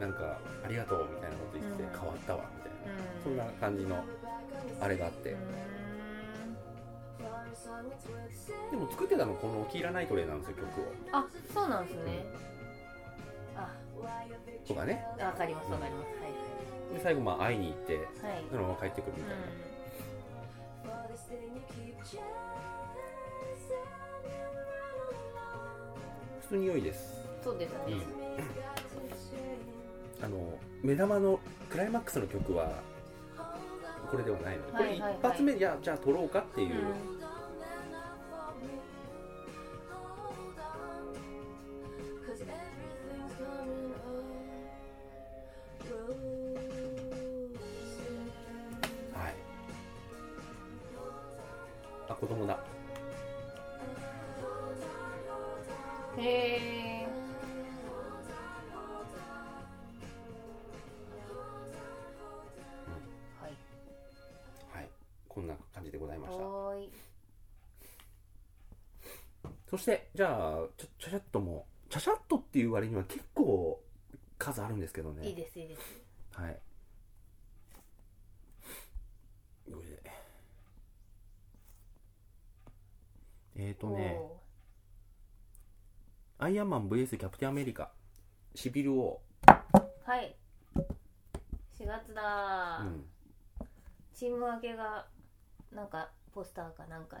[SPEAKER 1] なんか「ありがとう」みたいなこと言ってて
[SPEAKER 2] うん
[SPEAKER 1] 変わったわみたいな、
[SPEAKER 2] うん
[SPEAKER 1] そんな感じのあれがあって、
[SPEAKER 2] うん
[SPEAKER 1] でも作ってたのこの「キラナイトレイ」なんですよ曲を
[SPEAKER 2] あそうなんですねあ
[SPEAKER 1] とかね
[SPEAKER 2] わかりますわかります
[SPEAKER 1] で最後まあ会いに行って
[SPEAKER 2] はいはい
[SPEAKER 1] そのまま帰ってくるみたいな、
[SPEAKER 2] う
[SPEAKER 1] 普通に良いです
[SPEAKER 2] んそうですね
[SPEAKER 1] あの目玉のクライマックスの曲はこれではないのでこ
[SPEAKER 2] は
[SPEAKER 1] れ
[SPEAKER 2] いはいはい
[SPEAKER 1] 一発目じゃあじゃあ撮ろうかっていう、
[SPEAKER 2] うん
[SPEAKER 1] はいあ子供だ
[SPEAKER 2] へえはい
[SPEAKER 1] はいこんな感じでございました
[SPEAKER 2] はーい
[SPEAKER 1] そしてじゃあちゃちゃちゃっともちゃちゃっとっていう割には結構数あるんですけどね
[SPEAKER 2] いいですいいです
[SPEAKER 1] はいよいしょえっ、ー、とね
[SPEAKER 2] お
[SPEAKER 1] アイアンマン VS キャプテンアメリカシビル王、
[SPEAKER 2] ーはい4月だ
[SPEAKER 1] う
[SPEAKER 2] ー、
[SPEAKER 1] ん、
[SPEAKER 2] チーム分けがなんかポスターかなんか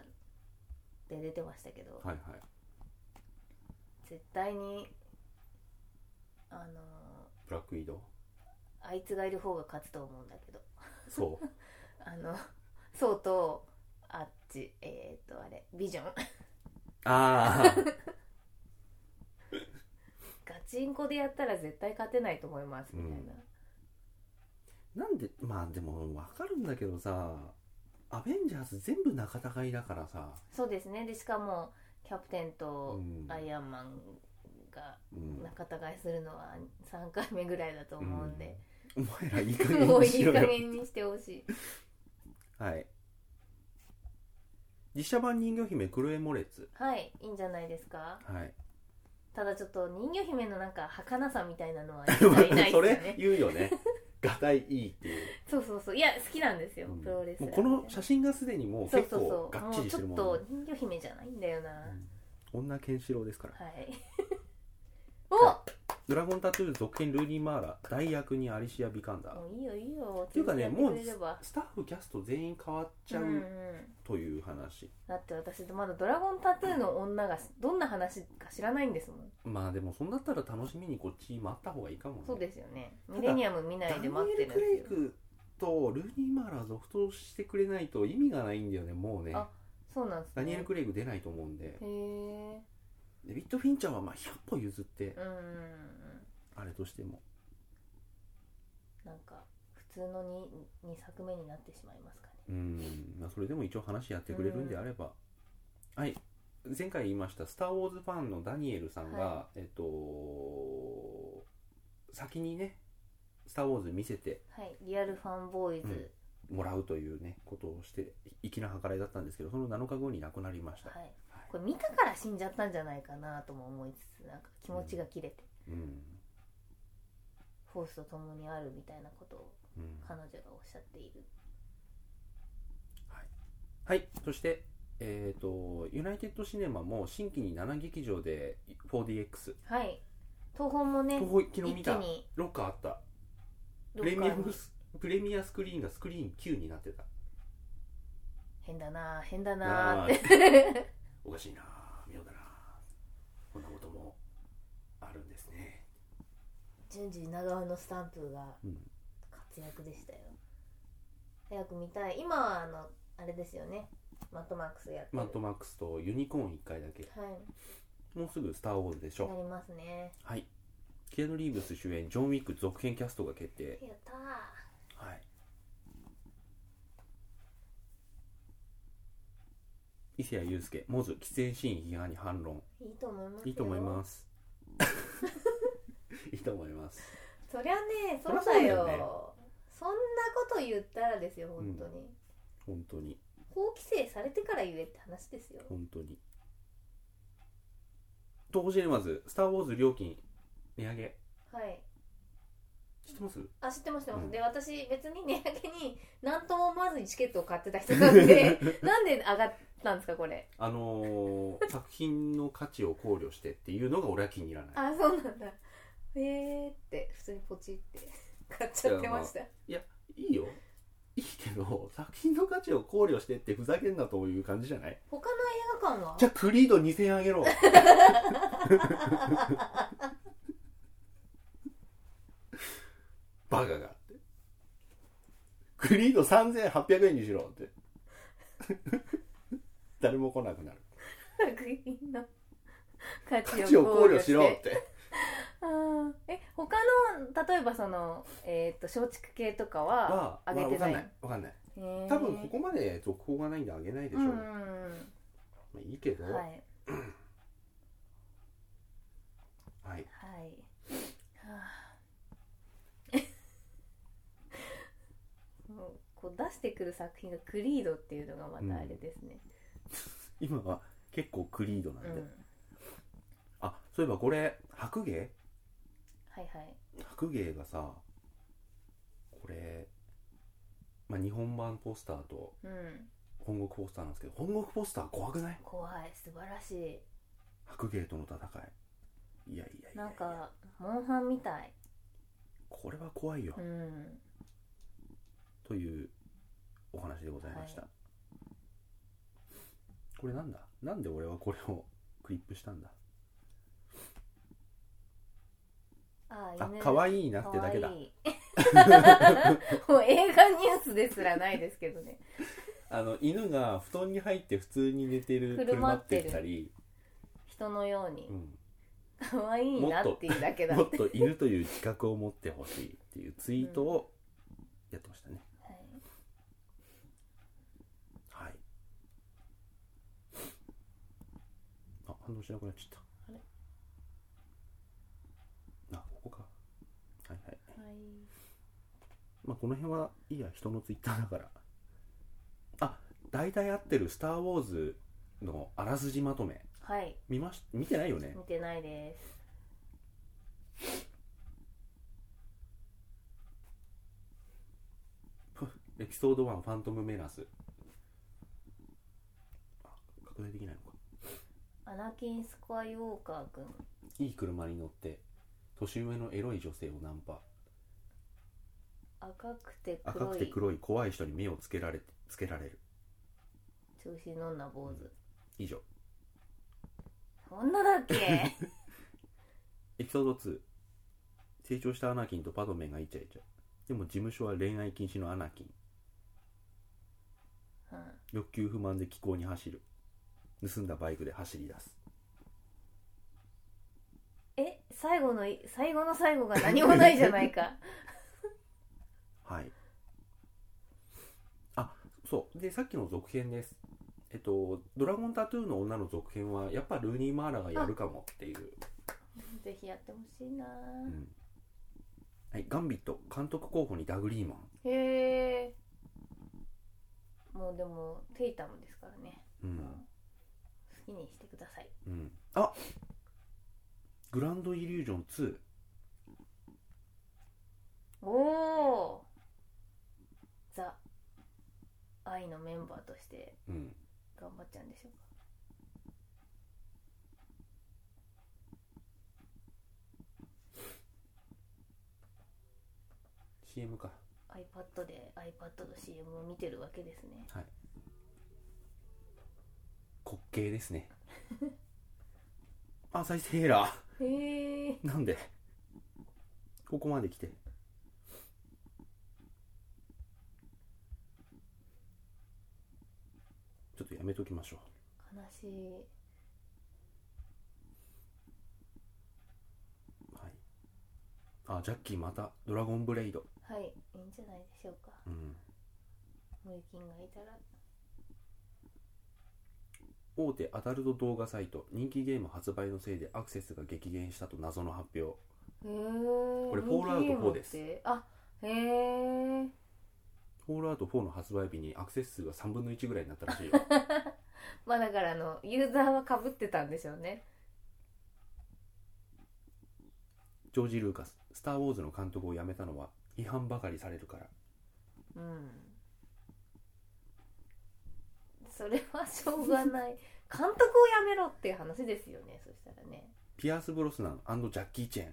[SPEAKER 2] で出てましたけど
[SPEAKER 1] はいはい
[SPEAKER 2] 絶対にあのー
[SPEAKER 1] ブラックウィドウ
[SPEAKER 2] あいつがいる方が勝つと思うんだけど
[SPEAKER 1] そう
[SPEAKER 2] あのそうとあっちえー、っとあれビジョン
[SPEAKER 1] あ
[SPEAKER 2] ガチンコでやったら絶対勝てないと思いますみたいな、
[SPEAKER 1] あ なんでまあでもわかるんだけどさアベンジャーズ全部仲違いだからさ
[SPEAKER 2] そうですねでしかもキャプテンと
[SPEAKER 1] うん
[SPEAKER 2] アイアンマンが
[SPEAKER 1] うん
[SPEAKER 2] 仲違いするのは3回目ぐらいだと思うんで、
[SPEAKER 1] お前らいい加減
[SPEAKER 2] もう
[SPEAKER 1] に
[SPEAKER 2] い
[SPEAKER 1] し
[SPEAKER 2] い
[SPEAKER 1] ろ
[SPEAKER 2] 加
[SPEAKER 1] よ
[SPEAKER 2] 減にしてほしい
[SPEAKER 1] はい実写版人魚姫クロエ・モレツ
[SPEAKER 2] はいいいんじゃないですか
[SPEAKER 1] はい
[SPEAKER 2] ただちょっと人魚姫のなんか儚さみたいなのは一切 ないですよ
[SPEAKER 1] そ
[SPEAKER 2] ね
[SPEAKER 1] れ言うよねがたいいいっていう
[SPEAKER 2] そうそうそういや好きなんですよ、
[SPEAKER 1] うん
[SPEAKER 2] プロレス
[SPEAKER 1] もうこの写真がすでにもう
[SPEAKER 2] そう
[SPEAKER 1] 結
[SPEAKER 2] そう
[SPEAKER 1] 構
[SPEAKER 2] そ
[SPEAKER 1] が
[SPEAKER 2] う
[SPEAKER 1] っち
[SPEAKER 2] もう
[SPEAKER 1] りして
[SPEAKER 2] ち
[SPEAKER 1] る
[SPEAKER 2] ょっ
[SPEAKER 1] もん
[SPEAKER 2] と
[SPEAKER 1] ね
[SPEAKER 2] 人魚姫じゃないんだよな、
[SPEAKER 1] うん女ケンシロウですから
[SPEAKER 2] はい
[SPEAKER 1] は
[SPEAKER 2] お
[SPEAKER 1] ドラゴンタトゥー続編ルーニー・マーラ大役にアリシア・ビカンダー
[SPEAKER 2] もういいよいいよ
[SPEAKER 1] っていうかねもう
[SPEAKER 2] 続けてくれれば
[SPEAKER 1] スタッフキャスト全員変わっちゃ
[SPEAKER 2] うんう
[SPEAKER 1] うんという話、
[SPEAKER 2] だって私まだドラゴンタトゥーの女がどんな話か知らないんですもん、
[SPEAKER 1] まあでもそんだったら楽しみにこっち待った方がいいかもね
[SPEAKER 2] そうですよねミレニアム見ないで待ってるん
[SPEAKER 1] ダニエル・
[SPEAKER 2] です
[SPEAKER 1] ク
[SPEAKER 2] よ
[SPEAKER 1] レイクとルーニー・マーラー続投してくれないと意味がないんだよねもうね
[SPEAKER 2] あそうなんです
[SPEAKER 1] ダニエル・
[SPEAKER 2] ね
[SPEAKER 1] クレイク出ないと思うんで
[SPEAKER 2] へえ
[SPEAKER 1] デビッド・フィンチャーはまあ100歩譲って
[SPEAKER 2] うんうんうん
[SPEAKER 1] あれとしても
[SPEAKER 2] なんか普通の 2, 2作目になってしまいますかね
[SPEAKER 1] うん、まあ、それでも一応話やってくれるんであれば、はい前回言いました「スター・ウォーズ」ファンのダニエルさんが、
[SPEAKER 2] は
[SPEAKER 1] えっと先にね「スター・ウォーズ」見せて
[SPEAKER 2] はいリアルファンボーイズ、
[SPEAKER 1] うんもらうというねことをして粋な計らいだったんですけどその7日後に亡くなりました、
[SPEAKER 2] はい、これ見たから死んじゃったんじゃないかなとも思いつつなんか気持ちが切れて、
[SPEAKER 1] うん
[SPEAKER 2] フォースと共にあるみたいなことを
[SPEAKER 1] うん
[SPEAKER 2] 彼女がおっしゃっている
[SPEAKER 1] はい、そして、えー、とユナイテッドシネマも新規に7劇場で 4DX
[SPEAKER 2] はい東宝もね
[SPEAKER 1] 東宝昨日見
[SPEAKER 2] 一気
[SPEAKER 1] た
[SPEAKER 2] に
[SPEAKER 1] ロッカーあった
[SPEAKER 2] ど
[SPEAKER 1] プ
[SPEAKER 2] っ
[SPEAKER 1] レミア
[SPEAKER 2] か
[SPEAKER 1] ム
[SPEAKER 2] に
[SPEAKER 1] スプレミアスクリーンがスクリーン9になってた
[SPEAKER 2] 変だな変だなって
[SPEAKER 1] なあおかしいな妙だなこんなこともあるんですね、
[SPEAKER 2] 順次長尾のスタンプが
[SPEAKER 1] うん、
[SPEAKER 2] 活躍でしたよ早く見たい今はあのあれですよねマットマックスやってる
[SPEAKER 1] マッドマックスとユニコーン1回だけ
[SPEAKER 2] はい
[SPEAKER 1] もうすぐ「スター・ウォーズ」でしょ、
[SPEAKER 2] なりますね
[SPEAKER 1] はいキアヌ・リーブス主演ジョン・ウィック続編キャストが決定
[SPEAKER 2] やったー
[SPEAKER 1] はい伊勢谷友介モズ喫煙シーン批判に反論
[SPEAKER 2] いいと思いますよ
[SPEAKER 1] いいと思います いいと思います
[SPEAKER 2] そりゃね
[SPEAKER 1] そ
[SPEAKER 2] そ
[SPEAKER 1] りゃそうだ
[SPEAKER 2] う
[SPEAKER 1] よ
[SPEAKER 2] だよ
[SPEAKER 1] ね
[SPEAKER 2] そんなこと言ったらですよ本当に、
[SPEAKER 1] 本当に
[SPEAKER 2] 法規制されてから言えって話ですよ
[SPEAKER 1] 本当に東宝シネマズ「スター・ウォーズ」料金値上げ
[SPEAKER 2] はい
[SPEAKER 1] 知ってます
[SPEAKER 2] あ知ってます知ってます、
[SPEAKER 1] うん
[SPEAKER 2] で私別に値上げに何とも思わずにチケットを買ってた人なん でなんで上がったんですかこれ
[SPEAKER 1] あの ー作品の価値を考慮してっていうのが俺は気に入らない
[SPEAKER 2] あそうなんだえーって普通にポチって買っちゃってました
[SPEAKER 1] いいよいいけど作品の価値を考慮してってふざけんなという感じじゃない
[SPEAKER 2] 他の映画館は
[SPEAKER 1] じゃあクリード2000円あげろ バカがってクリード3800円にしろって 誰も来なくなる
[SPEAKER 2] 作品の価
[SPEAKER 1] 価値を考慮しろっ
[SPEAKER 2] して
[SPEAKER 1] て
[SPEAKER 2] あーえ他の例えばそのえーっと松竹系とかは
[SPEAKER 1] は
[SPEAKER 2] 上げてない,、
[SPEAKER 1] まあわかんない
[SPEAKER 2] へ
[SPEAKER 1] わかんない
[SPEAKER 2] ー、
[SPEAKER 1] 多分ここまで続報がないんであげないでしょ
[SPEAKER 2] う
[SPEAKER 1] う、
[SPEAKER 2] んう
[SPEAKER 1] ま
[SPEAKER 2] んうん
[SPEAKER 1] あ、いいけど
[SPEAKER 2] は
[SPEAKER 1] は
[SPEAKER 2] い
[SPEAKER 1] い、
[SPEAKER 2] はいはあ もうこう出してくる作品が「クリード」っていうのがまたあれですね、
[SPEAKER 1] 今は結構クリードなん
[SPEAKER 2] う
[SPEAKER 1] で、
[SPEAKER 2] ん
[SPEAKER 1] あそういえばこれ白芸
[SPEAKER 2] はいはい
[SPEAKER 1] 白芸がさこれ、まあ、日本版ポスターと
[SPEAKER 2] うん
[SPEAKER 1] 本国ポスターなんですけど本国ポスター怖くない
[SPEAKER 2] 怖い素晴らしい
[SPEAKER 1] 白芸との戦いいやいやいやいや
[SPEAKER 2] なんかモンハンみたい
[SPEAKER 1] これは怖いよ、
[SPEAKER 2] うん
[SPEAKER 1] というお話でございました、これなんだなんで俺はこれをクリップしたんだ
[SPEAKER 2] あ
[SPEAKER 1] あ
[SPEAKER 2] 夢
[SPEAKER 1] 可愛いなって
[SPEAKER 2] か
[SPEAKER 1] だ
[SPEAKER 2] わ
[SPEAKER 1] け
[SPEAKER 2] い
[SPEAKER 1] だ
[SPEAKER 2] い もう映画ニュースですらないですけどね
[SPEAKER 1] あの犬が布団に入って普通に寝てる
[SPEAKER 2] 車
[SPEAKER 1] 車っ
[SPEAKER 2] って
[SPEAKER 1] て
[SPEAKER 2] る
[SPEAKER 1] きたり
[SPEAKER 2] 人のように
[SPEAKER 1] う
[SPEAKER 2] 可愛いなっていうだけだ
[SPEAKER 1] ん、
[SPEAKER 2] っ
[SPEAKER 1] も
[SPEAKER 2] て
[SPEAKER 1] っと犬という自覚を持ってほしいっていうツイートをやってましたね、
[SPEAKER 2] はい
[SPEAKER 1] はいあ反応しなくなっちゃっ
[SPEAKER 2] あれ
[SPEAKER 1] たあここかはいはい
[SPEAKER 2] はい
[SPEAKER 1] まあこの辺はいいや人のツイッターだからあ大体合ってる「スター・ウォーズ」のあらすじまとめ
[SPEAKER 2] はい
[SPEAKER 1] 見まし見てないよね
[SPEAKER 2] 見てないです
[SPEAKER 1] エピソード1「ファントム・メナス」あ拡大できないのか
[SPEAKER 2] アナキン・スコア・ヨーカー君
[SPEAKER 1] いい車に乗って年上のエロい女性をナンパ
[SPEAKER 2] 赤くて
[SPEAKER 1] 赤
[SPEAKER 2] 黒
[SPEAKER 1] く
[SPEAKER 2] い
[SPEAKER 1] て黒い怖い人に目をつけられてつけられる
[SPEAKER 2] 調子のんな坊主
[SPEAKER 1] 以上
[SPEAKER 2] そんなだっけ
[SPEAKER 1] エピソード2成長したアナキンとパドメがイチャイチャでも事務所は恋愛禁止のアナキン
[SPEAKER 2] うん
[SPEAKER 1] 欲求不満で気候に走る盗んだバイクで走り出す
[SPEAKER 2] え最後のい最後の最後が何もないじゃない か
[SPEAKER 1] はいあそうでさっきの続編ですえっと「ドラゴンタトゥーの女」の続編はやっぱルーニー・マーラがやるかもっていう、
[SPEAKER 2] ぜひやってほしいな、
[SPEAKER 1] うんはい、ガンビット監督候補にダグリーマン
[SPEAKER 2] へえもうでもテイタムですからね
[SPEAKER 1] うん
[SPEAKER 2] 好きにしてください
[SPEAKER 1] うんあグランドイリュージョン2
[SPEAKER 2] おおザ愛のメンバーとして
[SPEAKER 1] うん
[SPEAKER 2] 頑張っちゃうんでしょうか
[SPEAKER 1] CM か
[SPEAKER 2] iPad で iPad の CM を見てるわけですね
[SPEAKER 1] 滑稽ですね あ再生エラ
[SPEAKER 2] へえ
[SPEAKER 1] ー なんでここまで来てちょっとやめときましょ
[SPEAKER 2] 悲しいう
[SPEAKER 1] はいあジャッキーまたドラゴンブレイド
[SPEAKER 2] はいいいんじゃないでしょうか
[SPEAKER 1] うん
[SPEAKER 2] ムイキンがいたら
[SPEAKER 1] 大手アダルト動画サイト人気ゲーム発売のせいでアクセスが激減したと謎の発表
[SPEAKER 2] へえ
[SPEAKER 1] これフォールアウト4です
[SPEAKER 2] あへえ
[SPEAKER 1] フォールアウト4の発売日にアクセス数が3分の1ぐらいになったらしいよ
[SPEAKER 2] まあだからあのユーザーはかぶってたんでしょうね
[SPEAKER 1] ジョージ・ルーカス「スター・ウォーズ」の監督を辞めたのは違反ばかりされるから
[SPEAKER 2] うんそれはしょうがない監督をやめろっていう話ですよねそしたらね
[SPEAKER 1] ピアース・ブロスナンジャッキー・チェン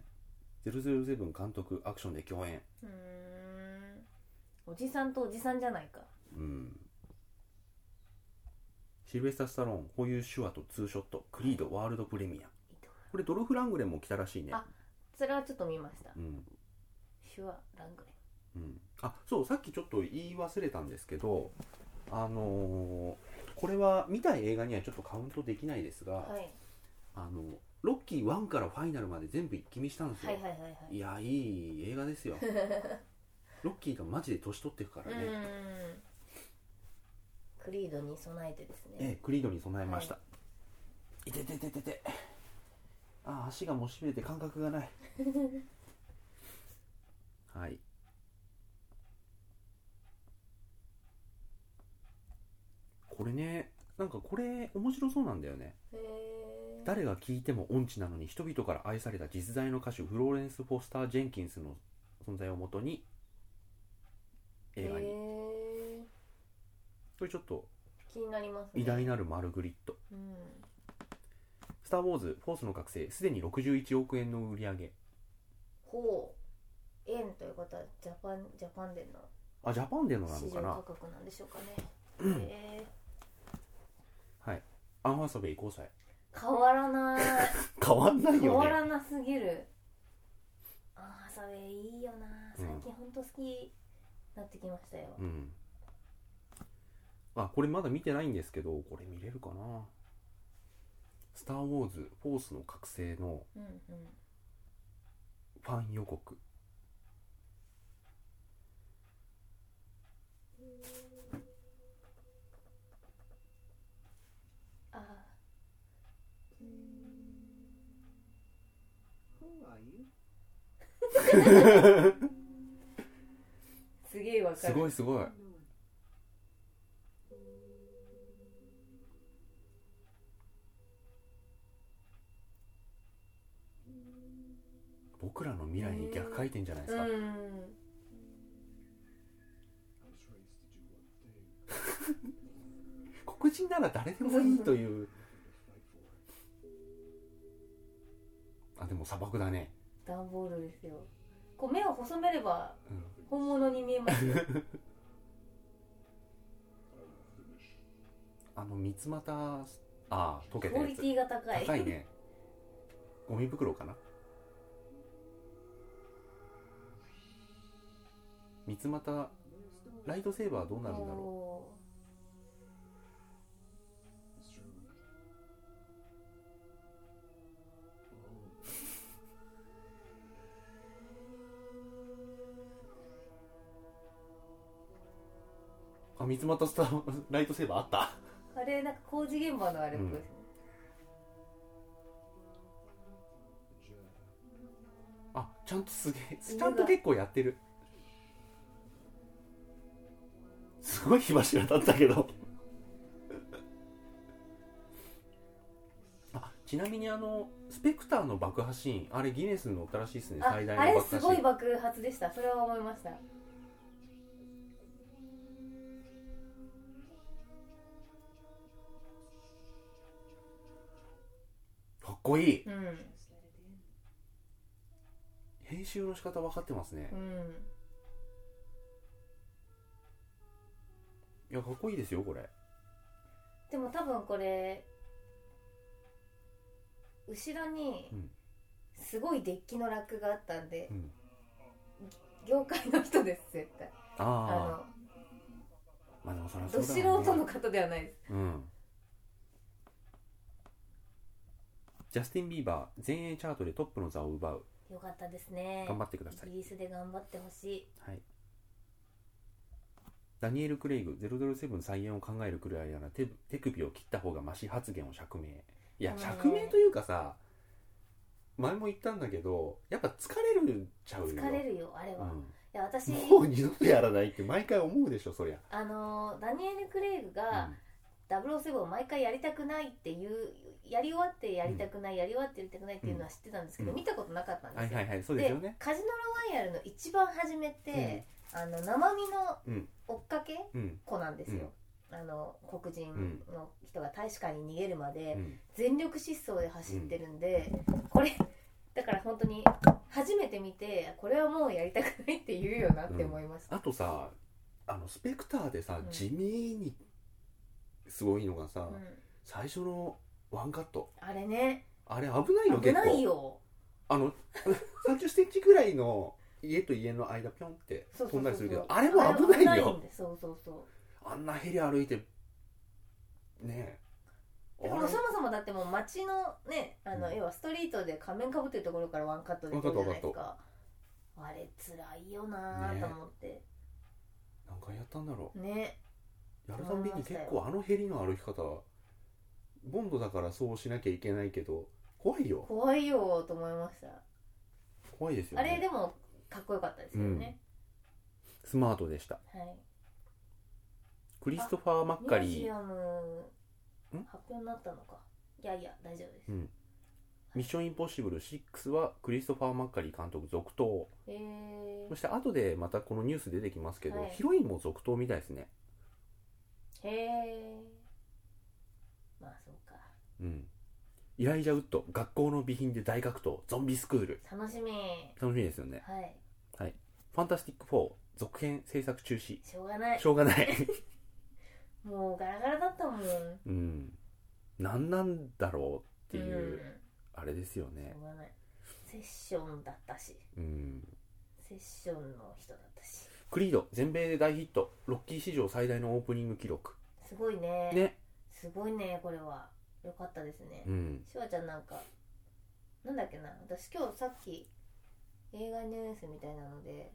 [SPEAKER 1] 007監督アクションで共演
[SPEAKER 2] うーんおじさんとおじさんじゃないか
[SPEAKER 1] うんシルベスタ・スタローン保有手話とツーショットクリードワールドプレミア
[SPEAKER 2] いいと思
[SPEAKER 1] これドルフ・ラングレンも来たらしいね
[SPEAKER 2] あうそれはちょっと見ました
[SPEAKER 1] うん
[SPEAKER 2] 手話ラングレン
[SPEAKER 1] うん、あそうさっきちょっと言い忘れたんですけどあのーこれは見たい映画にはちょっとカウントできないですが、
[SPEAKER 2] はい
[SPEAKER 1] あのロッキー1からファイナルまで全部一気見したんですよ、
[SPEAKER 2] はいはいはいはい
[SPEAKER 1] やいい映画 ですよロッキーがマジで年取っていくか
[SPEAKER 2] い
[SPEAKER 1] らね、
[SPEAKER 2] うーんクリードに備えてです
[SPEAKER 1] え
[SPEAKER 2] ね
[SPEAKER 1] えクリードに備えました、い、てててててああ足がもしびれて感覚がない はいこれねなんかこれ面白そうなんだよね
[SPEAKER 2] へえ
[SPEAKER 1] 誰が聞いても音痴なのに人々から愛された実在の歌手フローレンス・フォスター・ジェンキンスの存在をもとに映画に、
[SPEAKER 2] へ
[SPEAKER 1] これちょっと
[SPEAKER 2] ー気になりますね
[SPEAKER 1] 偉大なるマルグリット
[SPEAKER 2] うん
[SPEAKER 1] スター・ウォーズ、フォースの覚醒、すでに61億円の売り上げ。
[SPEAKER 2] ほう円ということはジャパンジャパンでの
[SPEAKER 1] あ、ジャパンでのなの
[SPEAKER 2] 市
[SPEAKER 1] か
[SPEAKER 2] 場
[SPEAKER 1] な
[SPEAKER 2] 価格なんでしょうかねへえ
[SPEAKER 1] はい。アンハサベイ交際。
[SPEAKER 2] 変わ らない
[SPEAKER 1] 変わんない
[SPEAKER 2] 変
[SPEAKER 1] よ
[SPEAKER 2] わ
[SPEAKER 1] ね。
[SPEAKER 2] らなすぎるあハサウェイいいよな最近ほんと好きになってきましたよ、
[SPEAKER 1] うん。あ、これまだ見てないんですけど、これ見れるかなススター・ウォーズ・フォースの覚醒の
[SPEAKER 2] うんうん
[SPEAKER 1] ファン予告
[SPEAKER 2] あー
[SPEAKER 3] Who are you?
[SPEAKER 2] すげえわか
[SPEAKER 1] す
[SPEAKER 2] る
[SPEAKER 1] ごいすごい
[SPEAKER 3] No one.
[SPEAKER 1] 僕らの未来に逆回転じゃないで
[SPEAKER 2] う
[SPEAKER 1] すか、
[SPEAKER 2] ん
[SPEAKER 3] I was
[SPEAKER 1] 黒人
[SPEAKER 3] raised to do one thing.
[SPEAKER 1] なら誰でもいいというあでも砂漠だね、
[SPEAKER 2] 段ボールですよこう目を細めれば
[SPEAKER 1] うん
[SPEAKER 2] 本物に見えますよ
[SPEAKER 1] あの三つ股ああ溶け
[SPEAKER 2] ク
[SPEAKER 1] た
[SPEAKER 2] オ
[SPEAKER 1] や
[SPEAKER 2] リ
[SPEAKER 1] つ
[SPEAKER 2] ティが高い
[SPEAKER 1] 高いねゴミ袋かな三つ股ライトセーバーどうなるんだろ
[SPEAKER 2] おー
[SPEAKER 3] It's true. Oh,
[SPEAKER 1] うあ三つ股スターライトセーバーあった
[SPEAKER 2] あれなんか工事現場のあれっぽいですね、
[SPEAKER 3] ja.
[SPEAKER 1] あちゃんとすげ えちゃんと結構やってるすごい火柱だったけ どあちなみにあのスペクターの爆破シーンあれギネスに載ったらしいですね
[SPEAKER 2] あ
[SPEAKER 1] 最大
[SPEAKER 2] あ
[SPEAKER 1] の
[SPEAKER 2] れ
[SPEAKER 1] 爆
[SPEAKER 2] す
[SPEAKER 1] 破シ
[SPEAKER 2] ごい
[SPEAKER 1] ーン
[SPEAKER 2] 爆発でしたそれは思いました
[SPEAKER 1] かっこいい
[SPEAKER 2] うん
[SPEAKER 1] 編集の仕方分かってますね
[SPEAKER 2] うん
[SPEAKER 1] いやかっこいいですよこれ
[SPEAKER 2] でも多分これ後ろに
[SPEAKER 1] うん
[SPEAKER 2] すごいデッキのラックがあったんで、
[SPEAKER 1] うん
[SPEAKER 2] 業界の人です絶対
[SPEAKER 1] あ
[SPEAKER 2] あ
[SPEAKER 1] あまあでもそりゃ
[SPEAKER 2] の
[SPEAKER 1] そ
[SPEAKER 2] ど
[SPEAKER 1] うだ
[SPEAKER 2] 素
[SPEAKER 1] よ
[SPEAKER 2] 人
[SPEAKER 1] ね
[SPEAKER 2] の方ではないで
[SPEAKER 1] う
[SPEAKER 2] す
[SPEAKER 1] んジャスティン・ビーバー全英チャートでトップの座を奪う
[SPEAKER 2] よかったですね
[SPEAKER 1] 頑張ってください
[SPEAKER 2] イギリスで頑張ってほしい
[SPEAKER 1] はい、ダニエル・クレイグ007再演を考えるくらいなら手手首を切った方がマシ発言を釈明いや
[SPEAKER 2] うん
[SPEAKER 1] 釈明というかさ前も言ったんだけどやっぱ疲れるちゃうよ
[SPEAKER 2] 疲れるよあれは、いや私
[SPEAKER 1] うん、もう二度とやらないって毎回思うでしょそりゃ、
[SPEAKER 2] あのダニエル・クレイグが007を毎回やりたくないっていうやり終わってやりたくない、やり終わってやりたくないっていうのは知ってたんですけど、
[SPEAKER 1] うん
[SPEAKER 2] 見たことなかったん
[SPEAKER 1] う
[SPEAKER 2] で
[SPEAKER 1] ん
[SPEAKER 2] すよ、
[SPEAKER 1] はいはいはいそうですよね
[SPEAKER 2] カジノロワイヤルの一番初めって、あの生身の追っかけ
[SPEAKER 1] うん
[SPEAKER 2] 子なんですよ、あの黒人の人が大使館に逃げるま
[SPEAKER 1] う
[SPEAKER 2] で
[SPEAKER 1] ん
[SPEAKER 2] 全力疾走で走ってるんで、これだから本当に初めて見てこれはもうやりたくないって言うよなって思いました、
[SPEAKER 1] あとさあのスペクターでさ、
[SPEAKER 2] うん
[SPEAKER 1] 地味にすごいのがさ、
[SPEAKER 2] うん
[SPEAKER 1] 最初のワンカット
[SPEAKER 2] あれね
[SPEAKER 1] あれ危ないの
[SPEAKER 2] 危
[SPEAKER 1] 結構
[SPEAKER 2] ないよ
[SPEAKER 1] あ の30センチぐらいの家と家の間ピョンって
[SPEAKER 2] そう
[SPEAKER 1] 飛
[SPEAKER 2] そう
[SPEAKER 1] だり
[SPEAKER 2] んそうそ
[SPEAKER 1] する
[SPEAKER 2] う
[SPEAKER 1] けどあれも危ない
[SPEAKER 2] あれ
[SPEAKER 1] よ
[SPEAKER 2] んでそうそうそ
[SPEAKER 1] あんなヘリ歩いてねえ
[SPEAKER 2] うで
[SPEAKER 1] あ
[SPEAKER 2] も
[SPEAKER 1] れ
[SPEAKER 2] もうそもそもだってもう街のねあの、
[SPEAKER 1] うん
[SPEAKER 2] 要はストリートで仮面かぶってるところからワンカットで撮るじゃないですかあれ辛いよなーと思って
[SPEAKER 1] 何回やったんだろ
[SPEAKER 2] ね
[SPEAKER 1] うやるたんびに結構あのヘリの歩き方ボンドだからそうしなきゃいけないけど怖いよ
[SPEAKER 2] 怖いよーと思いました
[SPEAKER 1] 怖いですよ
[SPEAKER 2] あれ
[SPEAKER 1] ね
[SPEAKER 2] でもかっこよかったですよね、
[SPEAKER 1] スマートでした
[SPEAKER 2] はい
[SPEAKER 1] クリストファー・マッカ
[SPEAKER 2] ミュー
[SPEAKER 1] リ
[SPEAKER 2] ジ
[SPEAKER 1] ー
[SPEAKER 2] アム
[SPEAKER 1] ん
[SPEAKER 2] 発表になったのかいやいや大丈夫です、
[SPEAKER 1] うんミッション・インポッシブル6はクリストファー・マッカリー監督続投
[SPEAKER 2] え
[SPEAKER 1] そして後でまたこのニュース出てきますけど、
[SPEAKER 2] はい
[SPEAKER 1] ヒロインも続投みたいですね
[SPEAKER 2] ー、へえまあそうか
[SPEAKER 1] うん、イライジャウッド学校の備品で大格闘ゾンビスクール
[SPEAKER 2] 楽しみ
[SPEAKER 1] 楽しみですよね
[SPEAKER 2] はい
[SPEAKER 1] 「ファンタスティック4」続編制作中止
[SPEAKER 2] しょうがない
[SPEAKER 1] しょうがない
[SPEAKER 2] もうガラガラだったもんっ
[SPEAKER 1] うん何なんだろうっていう、あれですよ
[SPEAKER 2] ん、し
[SPEAKER 1] ね
[SPEAKER 2] ょうがないセッションだったし
[SPEAKER 1] うん
[SPEAKER 2] セッションの人だったし
[SPEAKER 1] クリード全米で大ヒットロッキー史上最大のオープニング記録
[SPEAKER 2] すごいね
[SPEAKER 1] ね
[SPEAKER 2] すごいねこれはよかったですね
[SPEAKER 1] うん
[SPEAKER 2] しわちゃんなんかなんだっけな私今日さっき映画ニュースみたいなので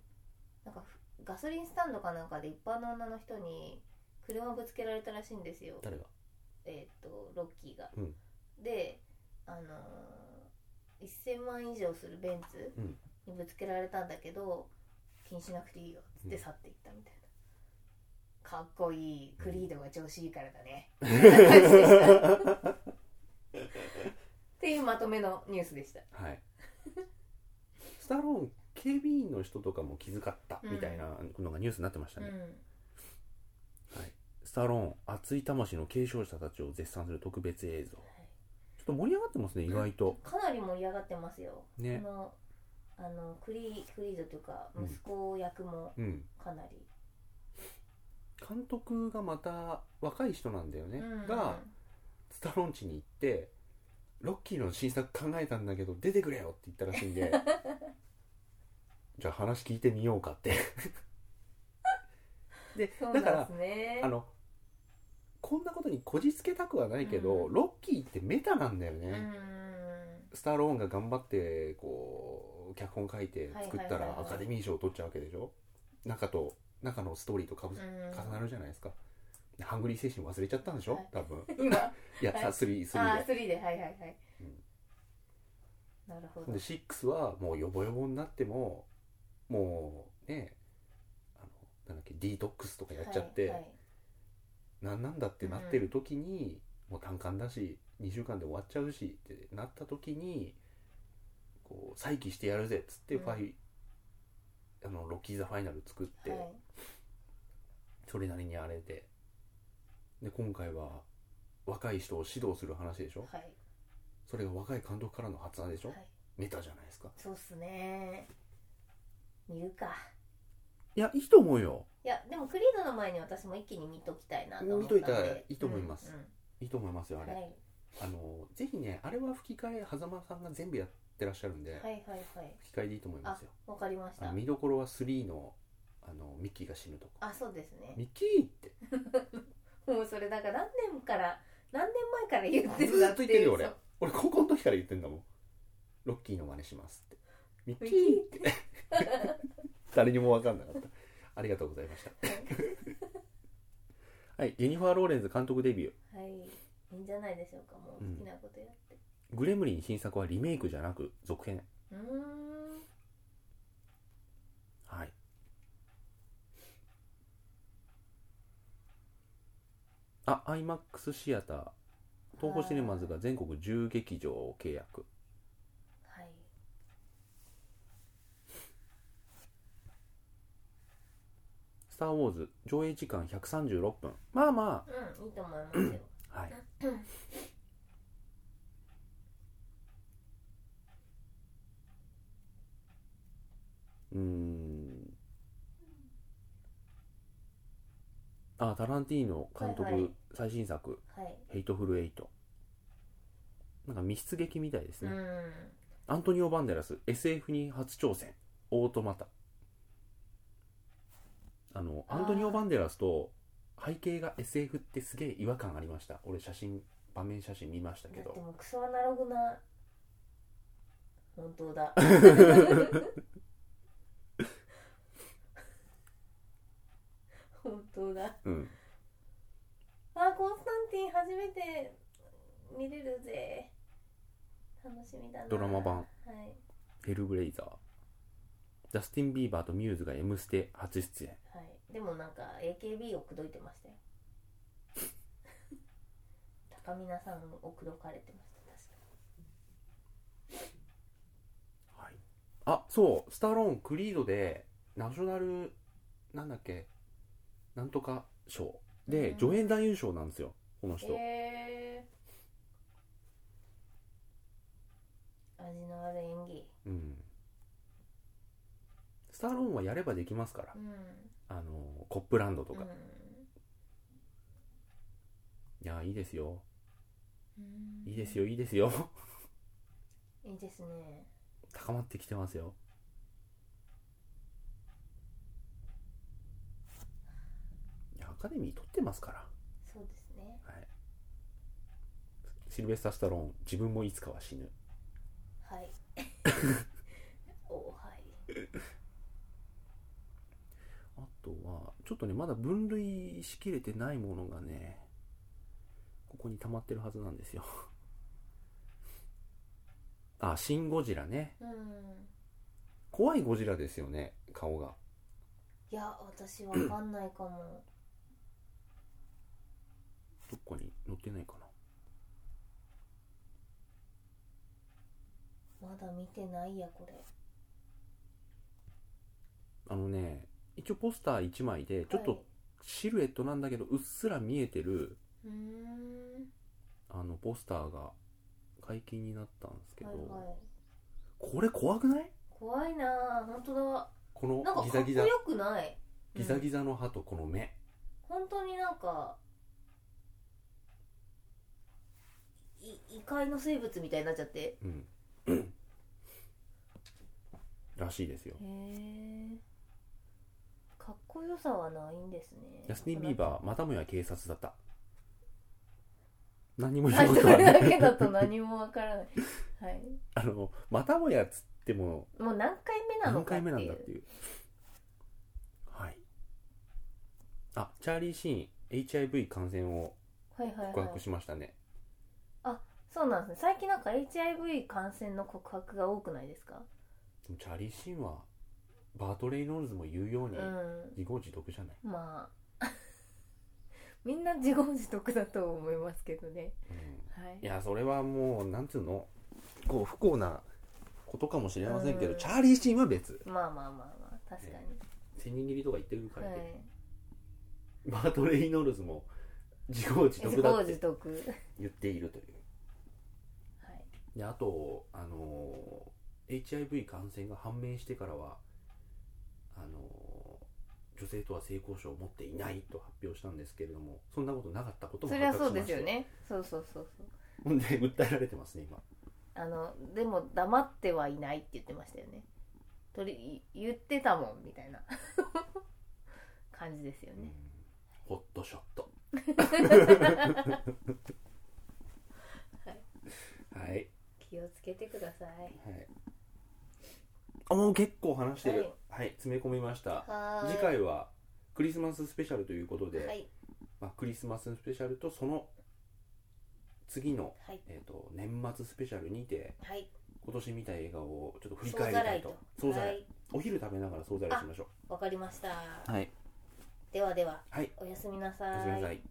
[SPEAKER 2] なんかふガソリンスタンドかなんかで一般の女の人に車ぶつけられたらしいんですよ
[SPEAKER 1] 誰が
[SPEAKER 2] えっ、とロッキーが、
[SPEAKER 1] うん
[SPEAKER 2] であのー1000万円以上するベンツ
[SPEAKER 1] うん
[SPEAKER 2] にぶつけられたんだけど、気にしなくていいよっつっ
[SPEAKER 1] う
[SPEAKER 2] て
[SPEAKER 1] ん
[SPEAKER 2] 去っていったみたいな、かっこいいクリードが調子いいからだね っていうまとめのニュースでした
[SPEAKER 1] はいスタローン警備員の人とかも気づかったみたいなのがニュースになってました
[SPEAKER 2] う
[SPEAKER 1] ね、
[SPEAKER 2] ん
[SPEAKER 1] はい、スタローン熱い魂の継承者たちを絶賛する特別映像ちょ
[SPEAKER 2] はい
[SPEAKER 1] っと盛り上がってますね意外と、
[SPEAKER 2] かなり盛り上がってますよ、
[SPEAKER 1] ね
[SPEAKER 2] このあのクリクリードというか
[SPEAKER 1] うん
[SPEAKER 2] 息子役も
[SPEAKER 1] うん、
[SPEAKER 2] かなり、
[SPEAKER 1] 監督がまた若い人なんだよね、
[SPEAKER 2] うん
[SPEAKER 1] がスタローン家に行ってロッキーの新作考えたんだけど出てくれよって言ったらしいん でじゃあ話聞いてみようかってで
[SPEAKER 2] そう
[SPEAKER 1] だ
[SPEAKER 2] なん
[SPEAKER 1] か
[SPEAKER 2] で
[SPEAKER 1] ら
[SPEAKER 2] すね
[SPEAKER 1] あのこんなことにこじつけたくはないけど、
[SPEAKER 2] うん
[SPEAKER 1] ロッキーってメタなんだよね、
[SPEAKER 2] うん
[SPEAKER 1] スタローンが頑張ってこう脚本書いて作った
[SPEAKER 2] はいはいはい
[SPEAKER 1] ら
[SPEAKER 2] は
[SPEAKER 1] ア
[SPEAKER 2] い
[SPEAKER 1] カデミー賞を取っちゃうわけでしょ中と中のストーリーとかぶ、
[SPEAKER 2] う
[SPEAKER 1] 重
[SPEAKER 2] ん
[SPEAKER 1] なるじゃないですかハングリー精神忘れちゃったんでしょ、
[SPEAKER 2] はい
[SPEAKER 1] 多分
[SPEAKER 2] 今あ
[SPEAKER 1] いや、
[SPEAKER 2] はい
[SPEAKER 1] さスリースリー
[SPEAKER 2] ー
[SPEAKER 1] で
[SPEAKER 2] スリーではいはいはい、
[SPEAKER 1] うん
[SPEAKER 2] なるほど
[SPEAKER 1] で6はもうヨボヨボになってももうねあのなんだっけディトックスとかやっちゃって、
[SPEAKER 2] はいはい
[SPEAKER 1] なんなんだってなってる時に、もう短観だし2週間で終わっちゃうしってなった時にこう再起してやるぜっつって
[SPEAKER 2] うん
[SPEAKER 1] ファイ、あのロッキー・ザ・ファイナル作って、
[SPEAKER 2] はい
[SPEAKER 1] それなりにあれでで今回は若い人を指導する話でしょ
[SPEAKER 2] はい
[SPEAKER 1] それが若い監督からの発案でしょ、
[SPEAKER 2] はい
[SPEAKER 1] メタじゃないですか
[SPEAKER 2] そうっすね見るか
[SPEAKER 1] いやいいと思うよ
[SPEAKER 2] いやでもクリードの前に私も一気に見ときたいなと思ったんで
[SPEAKER 1] 見といたらいいと思います
[SPEAKER 2] うんうん
[SPEAKER 1] いいと思いますよあれ、
[SPEAKER 2] はい、
[SPEAKER 1] あのぜひねあれは吹き替え狭間さんが全部やってらっしゃるんで、
[SPEAKER 2] はいはいはい
[SPEAKER 1] 吹き替えでいいと思いますよ
[SPEAKER 2] わかりまし
[SPEAKER 1] あ
[SPEAKER 2] た
[SPEAKER 1] の見どころは3のあのミッキーが死ぬとこ
[SPEAKER 2] あそうですね
[SPEAKER 1] ミッキーって
[SPEAKER 2] もうそれだから何年から何年前から言って
[SPEAKER 1] ず
[SPEAKER 2] る
[SPEAKER 1] ー
[SPEAKER 2] だ
[SPEAKER 1] っと
[SPEAKER 2] て
[SPEAKER 1] 言
[SPEAKER 2] い
[SPEAKER 1] っ
[SPEAKER 2] う
[SPEAKER 1] てるよ俺
[SPEAKER 2] そう
[SPEAKER 1] 俺高校の時から言ってんだもんロッキーの真似しますってミッキーって誰にも分かんなかったありがとうございましたはいジェニファー・ローレンズ監督デビュー
[SPEAKER 2] はいいいんじゃないでしょうかもう好きなことやって
[SPEAKER 1] グレムリン新作はリメイクじゃなく続編
[SPEAKER 2] うーん
[SPEAKER 1] はいあ IMAX シアター東宝シネマズが全国10劇場を契約
[SPEAKER 2] はい
[SPEAKER 1] 「スター・ウォーズ」上映時間136分まあま
[SPEAKER 2] うんいいと思いますよ
[SPEAKER 1] あはいうんあタランティーノ監督、
[SPEAKER 2] はいはい
[SPEAKER 1] 最新作
[SPEAKER 2] はい
[SPEAKER 1] 「ヘイトフル・エイト」なんか密室劇みたいです
[SPEAKER 2] う
[SPEAKER 1] ね、
[SPEAKER 2] ん
[SPEAKER 1] アントニオ・バンデラス SF に初挑戦オートマタあの
[SPEAKER 2] あー
[SPEAKER 1] アントニオ・バンデラスと背景が SF ってすげえ違和感ありました俺写真場面写真見ましたけ
[SPEAKER 2] だって
[SPEAKER 1] ど
[SPEAKER 2] もうクソアナログな本当だ本当だ
[SPEAKER 1] うん
[SPEAKER 2] あコンスタンティン初めて見れるぜ楽しみだな
[SPEAKER 1] ドラマ版
[SPEAKER 2] はい
[SPEAKER 1] ヘルブレイザージャスティン・ビーバーとミューズが「M ステ」初出演
[SPEAKER 2] はいでもなんか AKB を口説いてま したよ高見菜さんを口説かれてました確か
[SPEAKER 1] はい、あそうスタローンクリードでナショナルなんだっけなんとか賞で、
[SPEAKER 2] うん
[SPEAKER 1] 助演男優賞なんですよこの人、
[SPEAKER 2] にへえ味のある演技
[SPEAKER 1] うんスタローンはやればできますから
[SPEAKER 2] う、ん
[SPEAKER 1] あのコップランドとか、
[SPEAKER 2] う
[SPEAKER 1] い
[SPEAKER 2] ん
[SPEAKER 1] やいいですよ
[SPEAKER 2] うん
[SPEAKER 1] いいですよいいですよ
[SPEAKER 2] いいですね
[SPEAKER 1] 高まってきてますよいやアカデミー取ってますから
[SPEAKER 2] そうですね
[SPEAKER 1] はい、シルベスター・スタローン自分もいつかは死ぬ
[SPEAKER 2] はい おはい
[SPEAKER 1] あとはちょっとねまだ分類しきれてないものがねここに溜まってるはずなんですよ あシン・ゴジラね
[SPEAKER 2] うん
[SPEAKER 1] 怖いゴジラですよね顔が
[SPEAKER 2] いや私わかんないかも
[SPEAKER 1] どっかに載ってないかな
[SPEAKER 2] まだ見てないやこれ
[SPEAKER 1] あのね一応ポスター1枚でちょっ
[SPEAKER 2] はい
[SPEAKER 1] とシルエットなんだけどうっすら見えてる
[SPEAKER 2] うーん
[SPEAKER 1] あのポスターが解禁になったんですけど、
[SPEAKER 2] はいはい
[SPEAKER 1] これ怖くない
[SPEAKER 2] 怖いなあ本当だ
[SPEAKER 1] こ
[SPEAKER 2] な
[SPEAKER 1] の
[SPEAKER 2] んか
[SPEAKER 1] ギ
[SPEAKER 2] か
[SPEAKER 1] ザ
[SPEAKER 2] っこ
[SPEAKER 1] ギザ
[SPEAKER 2] よくない
[SPEAKER 1] ギザ
[SPEAKER 2] うん
[SPEAKER 1] ギザの歯とこの目
[SPEAKER 2] 本当になんかい異界の生物みたいになっちゃってへ
[SPEAKER 1] うん らしいですよ
[SPEAKER 2] えかっこよさはないんですね
[SPEAKER 1] ジャスティン・ビーバーまたもや警察だった何も言
[SPEAKER 2] は
[SPEAKER 1] う
[SPEAKER 2] い
[SPEAKER 1] こ
[SPEAKER 2] そ
[SPEAKER 1] とは
[SPEAKER 2] れ
[SPEAKER 1] な
[SPEAKER 2] だ
[SPEAKER 1] い
[SPEAKER 2] けだと何もわからないはい
[SPEAKER 1] あのまたもやっつっても
[SPEAKER 2] もう何回目なの
[SPEAKER 1] 何
[SPEAKER 2] か
[SPEAKER 1] 回
[SPEAKER 2] って
[SPEAKER 1] 目
[SPEAKER 2] いう
[SPEAKER 1] なんだっていうはいあチャーリー・シーン HIV 感染を
[SPEAKER 2] はいはい
[SPEAKER 1] 告
[SPEAKER 2] は
[SPEAKER 1] 白
[SPEAKER 2] い
[SPEAKER 1] しましたね、
[SPEAKER 2] そうなんですね最近なんか HIV 感染の告白が多くないですか
[SPEAKER 1] でもチャーリー・シーンはバートレイ・ノールズも言うよう
[SPEAKER 2] う
[SPEAKER 1] に
[SPEAKER 2] ん
[SPEAKER 1] 自業自得じゃない、
[SPEAKER 2] まあ みんな自業自得だと思いますけどね
[SPEAKER 1] うん
[SPEAKER 2] はい
[SPEAKER 1] いやそれはもうなんつうのこう不幸なことかもしれませんけど、
[SPEAKER 2] うん
[SPEAKER 1] チャーリー・シーンは別
[SPEAKER 2] まあまあまあまあ確か
[SPEAKER 1] 千人切りとか言ってるか
[SPEAKER 2] に、
[SPEAKER 1] らね、
[SPEAKER 2] はい
[SPEAKER 1] バートレイ・ノールズも自業自
[SPEAKER 2] 自
[SPEAKER 1] 得だ
[SPEAKER 2] 業
[SPEAKER 1] っ
[SPEAKER 2] 自
[SPEAKER 1] て
[SPEAKER 2] 得はい
[SPEAKER 1] 言っているというであとあのー HIV 感染が判明してからはあのー女性とは性交渉を持っていないと発表したんですけれどもそんなことなかったことも
[SPEAKER 2] そ
[SPEAKER 1] 発
[SPEAKER 2] りゃ
[SPEAKER 1] 覚しま
[SPEAKER 2] そ
[SPEAKER 1] し
[SPEAKER 2] う
[SPEAKER 1] て
[SPEAKER 2] ですよねそうそうそうそう
[SPEAKER 1] ほんで訴えられてますね今
[SPEAKER 2] あのでも黙ってはいないって言ってましたよねとり言ってたもんみたいな 感じですよ
[SPEAKER 1] うん
[SPEAKER 2] ね、
[SPEAKER 1] ホットショッ トはい、はい
[SPEAKER 2] 気をつけてください
[SPEAKER 1] あもう結構話してるはい、詰め込みました
[SPEAKER 2] はーい
[SPEAKER 1] 次回はクリスマススペシャルということで、
[SPEAKER 2] はい
[SPEAKER 1] まあ、クリスマススペシャルとその次の、
[SPEAKER 2] はい
[SPEAKER 1] えー、と年末スペシャルにて
[SPEAKER 2] はい
[SPEAKER 1] 今年見た映画をちょっと振り返りたいと
[SPEAKER 2] 総
[SPEAKER 1] 総
[SPEAKER 2] ざ
[SPEAKER 1] ざ
[SPEAKER 2] ら
[SPEAKER 1] ら
[SPEAKER 2] いと
[SPEAKER 1] い
[SPEAKER 2] はい
[SPEAKER 1] お昼食べながら総ざらいしましょ
[SPEAKER 2] わかりました
[SPEAKER 1] うはい
[SPEAKER 2] ではでは
[SPEAKER 1] はい
[SPEAKER 2] おやすみなさ
[SPEAKER 1] おやすみなさい